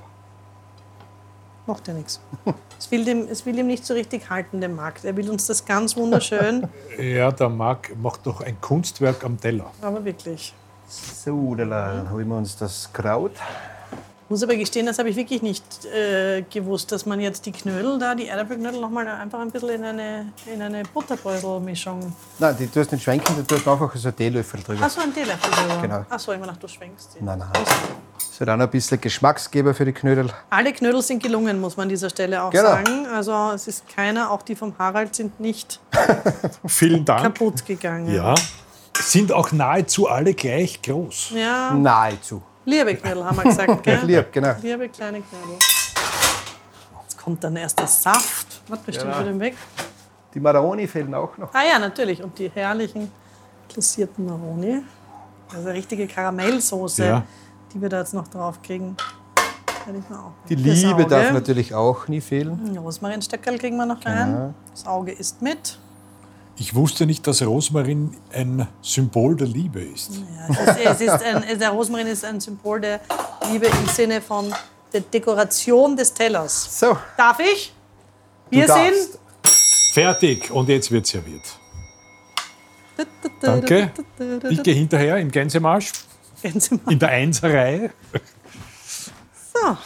S3: Macht ja nichts. Es will, dem, es will ihm nicht so richtig halten, dem Markt. Er will uns das ganz wunderschön,
S2: Ja, der Marc macht doch ein Kunstwerk am Teller.
S3: aber wirklich.
S1: So, dann holen wir uns das Kraut.
S3: Ich muss aber gestehen, das habe ich wirklich nicht äh, gewusst, dass man jetzt die Knödel da, die Erdbeerknödel, nochmal einfach ein bisschen in eine, in eine Butterbröselmischung.
S1: Nein, die tust nicht schwenken, die tust einfach so einen Teelöffel drüber.
S3: Achso, ein Teelöffel drüber.
S1: Genau.
S3: Achso, immer nach du schwenkst. sie.
S1: Nein, nein. Das hat auch noch ein bisschen Geschmacksgeber für die Knödel.
S3: Alle Knödel sind gelungen, muss man an dieser Stelle auch
S1: Genau.
S3: sagen. Also es ist keiner, auch die vom Harald sind nicht
S2: Vielen Dank.
S3: kaputt gegangen.
S2: Ja. Sind auch nahezu alle gleich groß.
S3: ja
S1: Nahezu.
S3: liebe Knödel haben wir gesagt, gell?
S1: Lieb, genau.
S3: Liebe kleine Knödel. Jetzt kommt dann erst der Saft. Was bestimmt
S1: Genau.
S3: wieder weg.
S1: Die Maroni fehlen auch noch.
S3: Ah ja, natürlich. Und die herrlichen glacierten Maroni. Das ist eine richtige Karamellsoße,
S2: Ja.
S3: die wir da jetzt noch drauf kriegen. Werde ich mir auch
S1: Die
S3: das
S1: Liebe
S3: Auge. Hm,
S1: darf natürlich auch nie fehlen. Genau.
S3: Rosmarinstöckel kriegen wir noch rein. Das Auge ist mit.
S5: Ich wusste nicht, dass Rosmarin ein Symbol der Liebe ist.
S3: Ja, es, es ist ein, der Rosmarin ist ein Symbol der Liebe im Sinne von der Dekoration des Tellers.
S1: So,
S3: Darf ich? Wir
S1: darfst.
S3: sind.
S5: Fertig. Und jetzt wird serviert. Danke. Ich gehe hinterher im Gänsemarsch,
S3: Gänsemarsch.
S5: in der Einserreihe.
S3: So.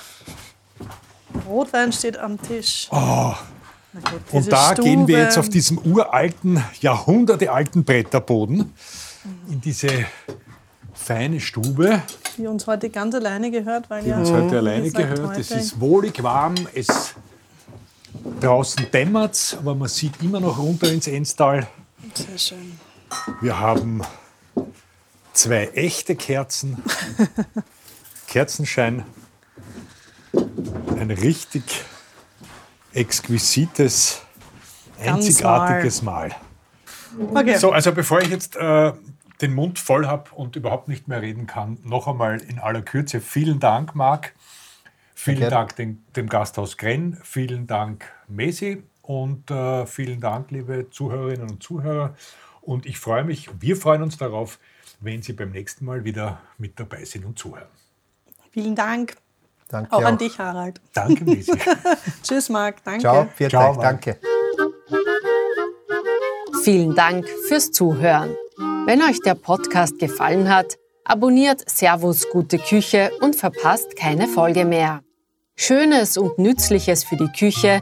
S3: Rotwein steht am Tisch. Na gut, diese
S5: Oh. Und da
S3: Stube.
S5: gehen wir jetzt auf diesem uralten, jahrhundertealten Bretterboden
S3: Mhm.
S5: in diese feine Stube,
S3: die uns heute ganz alleine gehört, weil
S5: die
S3: ja,
S5: uns heute alleine
S3: gesagt,
S5: gehört.
S3: Mhm. heute-
S5: Es ist wohlig warm, es draußen dämmert, aber man sieht immer noch runter ins Enstal.
S3: sehr schön.
S5: Wir haben zwei echte Kerzen, Kerzenschein, ein richtig exquisites,
S3: Ganz
S5: einzigartiges Mal.
S3: Okay.
S2: So, also bevor ich jetzt äh, den Mund voll habe und überhaupt nicht mehr reden kann, noch einmal in aller Kürze vielen Dank, Marc. Vielen
S1: Sehr gerne.
S2: Dank den, dem Gasthaus Grenn. Vielen Dank, Mesi. Und äh, vielen Dank, liebe Zuhörerinnen und Zuhörer. Und ich freue mich, wir freuen uns darauf, wenn Sie beim nächsten Mal wieder mit dabei sind und zuhören.
S3: Vielen Dank
S1: danke.
S3: auch an dich, Harald.
S2: Danke, Mesi.
S3: Tschüss, Marc. Danke.
S1: Ciao, viert
S2: Ciao,
S1: euch,
S2: Mann.
S1: danke.
S4: Vielen Dank fürs Zuhören. Wenn euch der Podcast gefallen hat, abonniert Servus Gute Küche und verpasst keine Folge mehr. Schönes und Nützliches für die Küche,